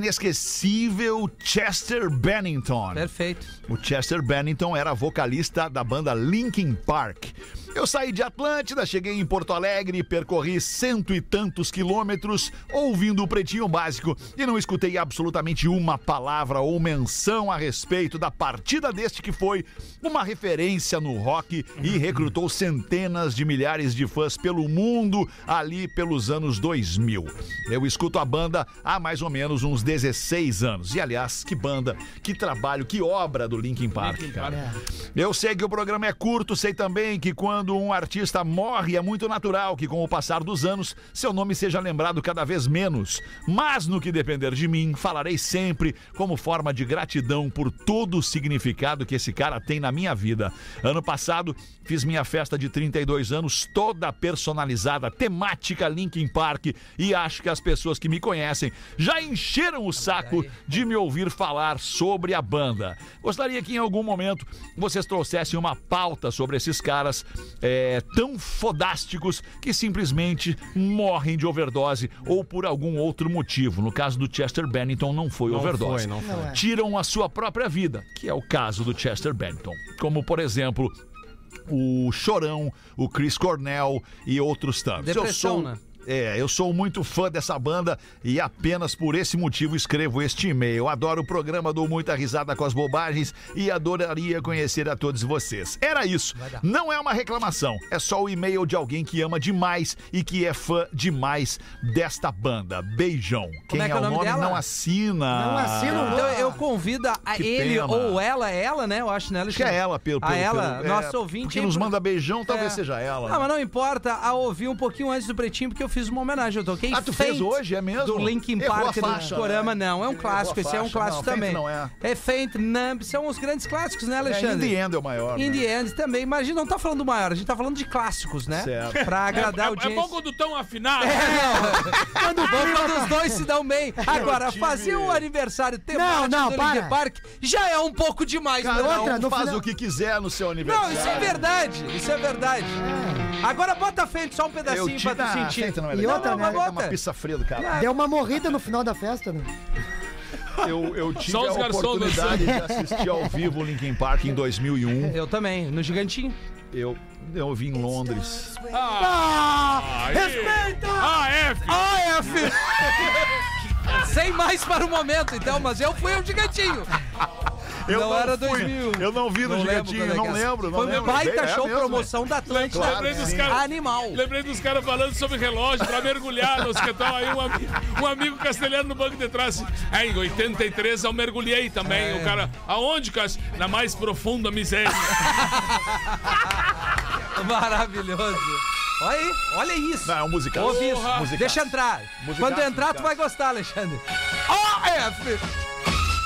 Speaker 4: inesquecível Chester Bennington.
Speaker 5: Perfeito.
Speaker 4: O Chester Bennington era vocalista da banda Linkin Park. Eu saí de Atlântida, cheguei em Porto Alegre, percorri cento e tantos quilômetros ouvindo o Pretinho Básico e não escutei absolutamente uma palavra ou menção a respeito da partida deste que foi uma referência no rock e recrutou centenas de milhares de fãs pelo mundo ali pelos anos 2000. Eu escuto a banda há mais ou menos uns 16 anos. E aliás, que banda, que trabalho, que obra do Linkin Park, cara. Eu sei que o programa é curto, sei também que quando um artista morre é muito natural que com o passar dos anos seu nome seja lembrado cada vez menos. Mas no que depender de mim, falarei sempre como forma de gratidão por todo o significado que esse cara tem na minha vida. Ano passado fiz minha festa de 32 anos toda personalizada, temática Linkin Park e acho que as pessoas que me conhecem já encheram o saco de me ouvir falar sobre a banda. Gostaria que em algum momento vocês trouxessem uma pauta sobre esses caras é, tão fodásticos que simplesmente morrem de overdose ou por algum outro motivo. No caso do Chester Bennington, não foi
Speaker 8: Não
Speaker 4: overdose
Speaker 8: foi, não foi.
Speaker 9: Não é.
Speaker 4: tiram a sua própria vida, que é o caso do Chester Bennington. Como, por exemplo, o Chorão, o Chris Cornell e outros tantos. Eu
Speaker 5: Depressão,
Speaker 4: sou-
Speaker 5: né?
Speaker 4: É, eu sou muito fã dessa banda e apenas por esse motivo escrevo este e-mail. Adoro o programa, dou muita risada com as bobagens e adoraria conhecer a todos vocês. Era isso. Não é uma reclamação, é só o e-mail de alguém que ama demais e que é fã demais desta banda. Beijão. Quem
Speaker 5: é que é o nome dela?
Speaker 4: não assina.
Speaker 9: Não assina o
Speaker 5: Então eu convido a
Speaker 4: Que
Speaker 5: ele
Speaker 4: pena.
Speaker 5: ou ela, ela, né? Eu acho, né,
Speaker 4: Acho que é ela, pelo,
Speaker 5: A
Speaker 4: pelo-
Speaker 5: ela,
Speaker 4: pelo- é,
Speaker 5: nossa ouvinte.
Speaker 4: Porque nos
Speaker 5: aí,
Speaker 4: manda beijão, talvez
Speaker 5: É.
Speaker 4: seja ela. né?
Speaker 5: Não, mas não importa, a ouvir um pouquinho antes do Pretinho, porque eu fiz uma homenagem, eu toquei
Speaker 4: Ah, tu fez
Speaker 5: Faint,
Speaker 4: hoje, é mesmo?
Speaker 5: Do Linkin
Speaker 4: Errou a
Speaker 5: Park,
Speaker 4: faixa,
Speaker 5: do Corama,
Speaker 4: né?
Speaker 5: não, é um
Speaker 4: Errou a
Speaker 5: clássico, esse é um
Speaker 4: faixa,
Speaker 5: clássico
Speaker 4: não, Faint
Speaker 5: também.
Speaker 4: não é.
Speaker 5: é Faint, Numb, são os grandes clássicos, né,
Speaker 4: É, In
Speaker 5: Alexandre?
Speaker 4: the End é o maior.
Speaker 5: In
Speaker 4: né?
Speaker 5: the End também, mas a gente não tá falando do maior, a gente tá falando de clássicos, né?
Speaker 4: Certo.
Speaker 5: Pra
Speaker 6: É, é,
Speaker 5: agradar o
Speaker 6: é bom
Speaker 5: James.
Speaker 6: quando tão afinado.
Speaker 5: É, não. Quando bom, quando os dois se dão bem. Agora, fazer um aniversário temático
Speaker 9: não,
Speaker 5: do
Speaker 9: para.
Speaker 5: Linkin Park já é um pouco demais,
Speaker 4: Cada
Speaker 5: né?
Speaker 4: um
Speaker 9: outra, no
Speaker 4: faz
Speaker 9: final-
Speaker 4: o que quiser no seu
Speaker 5: Não,
Speaker 4: aniversário.
Speaker 5: isso é verdade, isso é verdade. Agora bota a frente só um
Speaker 4: Eu
Speaker 5: pedacinho
Speaker 4: te-
Speaker 5: pra tu
Speaker 4: Ah,
Speaker 5: sentir.
Speaker 4: aceita, não é
Speaker 9: E
Speaker 4: legal.
Speaker 9: outra,
Speaker 5: Não,
Speaker 9: né?
Speaker 5: mas
Speaker 4: É uma
Speaker 5: bota.
Speaker 4: pizza fria do cara.
Speaker 9: É. Deu uma morrida no final da festa, né?
Speaker 4: Eu, eu tive a
Speaker 6: Só os garçons né?
Speaker 4: oportunidade de assistir ao vivo o Linkin Park em 2001.
Speaker 5: Eu também, no gigantinho.
Speaker 4: Eu, eu vi em Londres.
Speaker 5: Ah,
Speaker 4: aí.
Speaker 5: respeita!
Speaker 6: AF!
Speaker 5: AF! Sem mais para o momento, então, mas eu fui o gigantinho.
Speaker 4: Eu
Speaker 5: não,
Speaker 4: não
Speaker 5: era
Speaker 4: fui.
Speaker 5: 2000.
Speaker 4: Eu não vi no
Speaker 5: lembro
Speaker 4: Gigantinho,
Speaker 5: quando é
Speaker 4: não
Speaker 5: que era.
Speaker 4: lembro, não
Speaker 5: Foi
Speaker 4: lembro.
Speaker 5: um baita
Speaker 4: É
Speaker 5: show
Speaker 4: mesmo.
Speaker 5: promoção da Atlântida.
Speaker 4: Claro,
Speaker 6: lembrei dos
Speaker 4: sim.
Speaker 6: caras.
Speaker 5: Animal.
Speaker 6: Lembrei dos caras falando sobre relógio pra mergulhar no hospital. Aí um, ami- um amigo castelhano no banco de trás. Aí, em 83 eu mergulhei também. O cara, aonde, Cássio? Na mais profunda miséria.
Speaker 5: Maravilhoso. Olha aí, olha isso.
Speaker 4: Não, é um musical.
Speaker 5: Ô, bicho,
Speaker 4: Porra. Musicaço.
Speaker 5: Deixa entrar.
Speaker 4: Musicaço,
Speaker 5: Quando entrar,
Speaker 4: musicaço.
Speaker 5: tu vai gostar, Alexandre. Ó, F!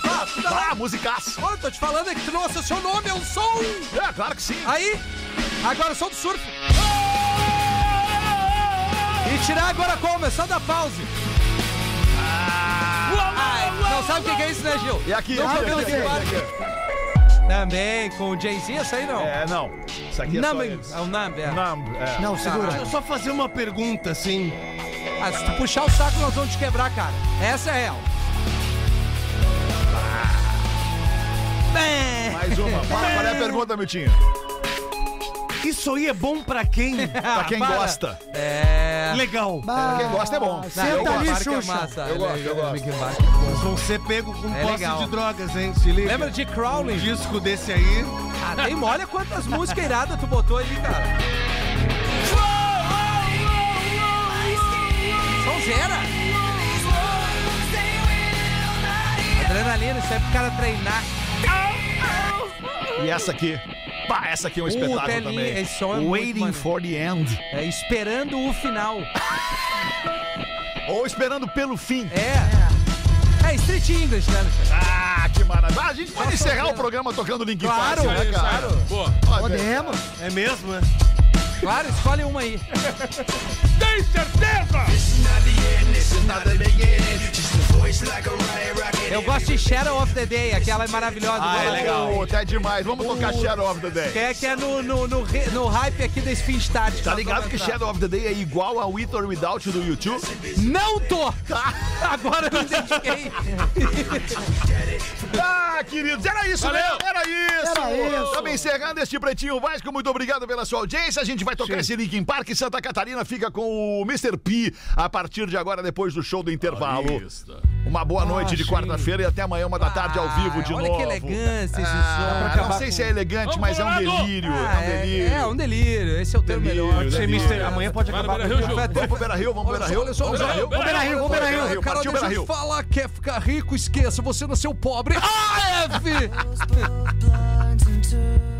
Speaker 5: Ah, tu tá lá.
Speaker 4: Ah, musicaço.
Speaker 5: Ô, tô te falando é que tu não associou o nome, é um som!
Speaker 4: É, claro que sim.
Speaker 5: Aí, agora o som do surf. E tirar agora como? Só da pause. Ai, não sabe o que que é isso, né, Gil?
Speaker 4: E aqui,
Speaker 5: Não
Speaker 4: aqui,
Speaker 5: foi
Speaker 4: aqui,
Speaker 5: Linkin
Speaker 4: aqui,
Speaker 5: Park. Também, com o Jay-Z, essa aí não.
Speaker 4: É, não. Isso aqui é só
Speaker 5: Numbing.
Speaker 4: eles.
Speaker 5: É o Numbing, é.
Speaker 4: Numb, é.
Speaker 9: Não, segura.
Speaker 5: Caralho.
Speaker 8: Só fazer uma pergunta, assim.
Speaker 5: Ah, se tu puxar o saco, nós vamos te quebrar, cara. Essa é real. Bem.
Speaker 4: Mais uma. Fala, Qual é a pergunta, Miltinho?
Speaker 8: Isso aí é bom pra quem?
Speaker 4: Pra quem
Speaker 5: Ah, Para.
Speaker 4: gosta.
Speaker 5: É.
Speaker 8: Legal.
Speaker 9: Bah,
Speaker 4: Quem gosta é bom.
Speaker 9: Senta
Speaker 4: Eu
Speaker 5: Parque
Speaker 9: ali,
Speaker 5: é
Speaker 9: Xuxa.
Speaker 5: massa.
Speaker 4: Eu gosto, eu gosto.
Speaker 5: Linkin Park.
Speaker 8: Nós vamos ser pego com
Speaker 5: É
Speaker 8: posse
Speaker 5: legal.
Speaker 8: de drogas, hein? Se liga.
Speaker 5: Lembra de
Speaker 8: Um
Speaker 5: Crowley?
Speaker 8: disco desse aí.
Speaker 5: Ah, tem olha quantas músicas iradas tu botou ali, cara. São zera. Adrenalina, isso é pro cara treinar.
Speaker 4: E essa aqui. Pá, essa aqui é um espetáculo
Speaker 5: Telinha,
Speaker 4: também.
Speaker 5: esse som é muito
Speaker 4: Waiting
Speaker 5: maneiro.
Speaker 4: for the End.
Speaker 5: É, esperando o final.
Speaker 4: Ou Esperando pelo Fim.
Speaker 5: É. É Street English, né, Alexandre?
Speaker 4: Ah, que maravilha. Ah, a gente pode encerrar o programa tocando Link
Speaker 5: Claro,
Speaker 4: Park, né, cara?
Speaker 6: Boa.
Speaker 9: Podemos.
Speaker 8: É mesmo, né?
Speaker 5: Claro, escolhe uma aí.
Speaker 6: Tem certeza!
Speaker 5: Eu gosto de Shadow of the Day, aquela é maravilhosa.
Speaker 4: Ah, é
Speaker 5: Vamos lá.
Speaker 4: legal. Até demais. Vamos tocar Shadow of the Day.
Speaker 5: Que é, que é no, no, no, re- no hype aqui da Spin Start.
Speaker 4: Tá ligado que Shadow of the Day é igual a With or Without You do YouTube?
Speaker 5: Não tô! Agora eu me identifiquei.
Speaker 4: Ah, queridos, era isso,
Speaker 6: Valeu.
Speaker 4: né? Era isso.
Speaker 9: Era isso.
Speaker 4: Também encerrando este Pretinho Vasco, muito obrigado pela sua audiência. A gente vai tocar esse Linkin Park. Santa Catarina fica com o Mr. P a partir de agora, depois do show do intervalo. Uma boa noite de quarta-feira e até amanhã, uma da tarde, ao vivo de
Speaker 5: Ah, olha
Speaker 4: novo.
Speaker 5: que elegância esse
Speaker 4: Ah,
Speaker 5: som.
Speaker 4: não sei se é elegante, mas é um
Speaker 6: Vamos, Colorado!
Speaker 4: delírio.
Speaker 5: Ah,
Speaker 4: é um delírio.
Speaker 5: é, é um delírio. Esse é o teu
Speaker 4: Delírio,
Speaker 5: melhor.
Speaker 4: delírio.
Speaker 8: Mister, amanhã pode
Speaker 6: Vai no
Speaker 8: acabar.
Speaker 6: Beira Rio, Ju.
Speaker 4: Vamos pro Beira Rio, vamos pro Beira Rio.
Speaker 10: Olha só, olha só.
Speaker 6: Beira-Rio,
Speaker 10: Vamos
Speaker 6: Beira-Rio,
Speaker 10: Beira-Rio,
Speaker 4: vamos Beira-Rio.
Speaker 10: Cara,
Speaker 4: Partiu
Speaker 10: deixa eu
Speaker 4: Beira-Rio.
Speaker 10: te falar, quer ficar
Speaker 4: Ah,
Speaker 5: Ah,
Speaker 10: rico, esqueça, você nasceu pobre. AF!
Speaker 14: Those burns into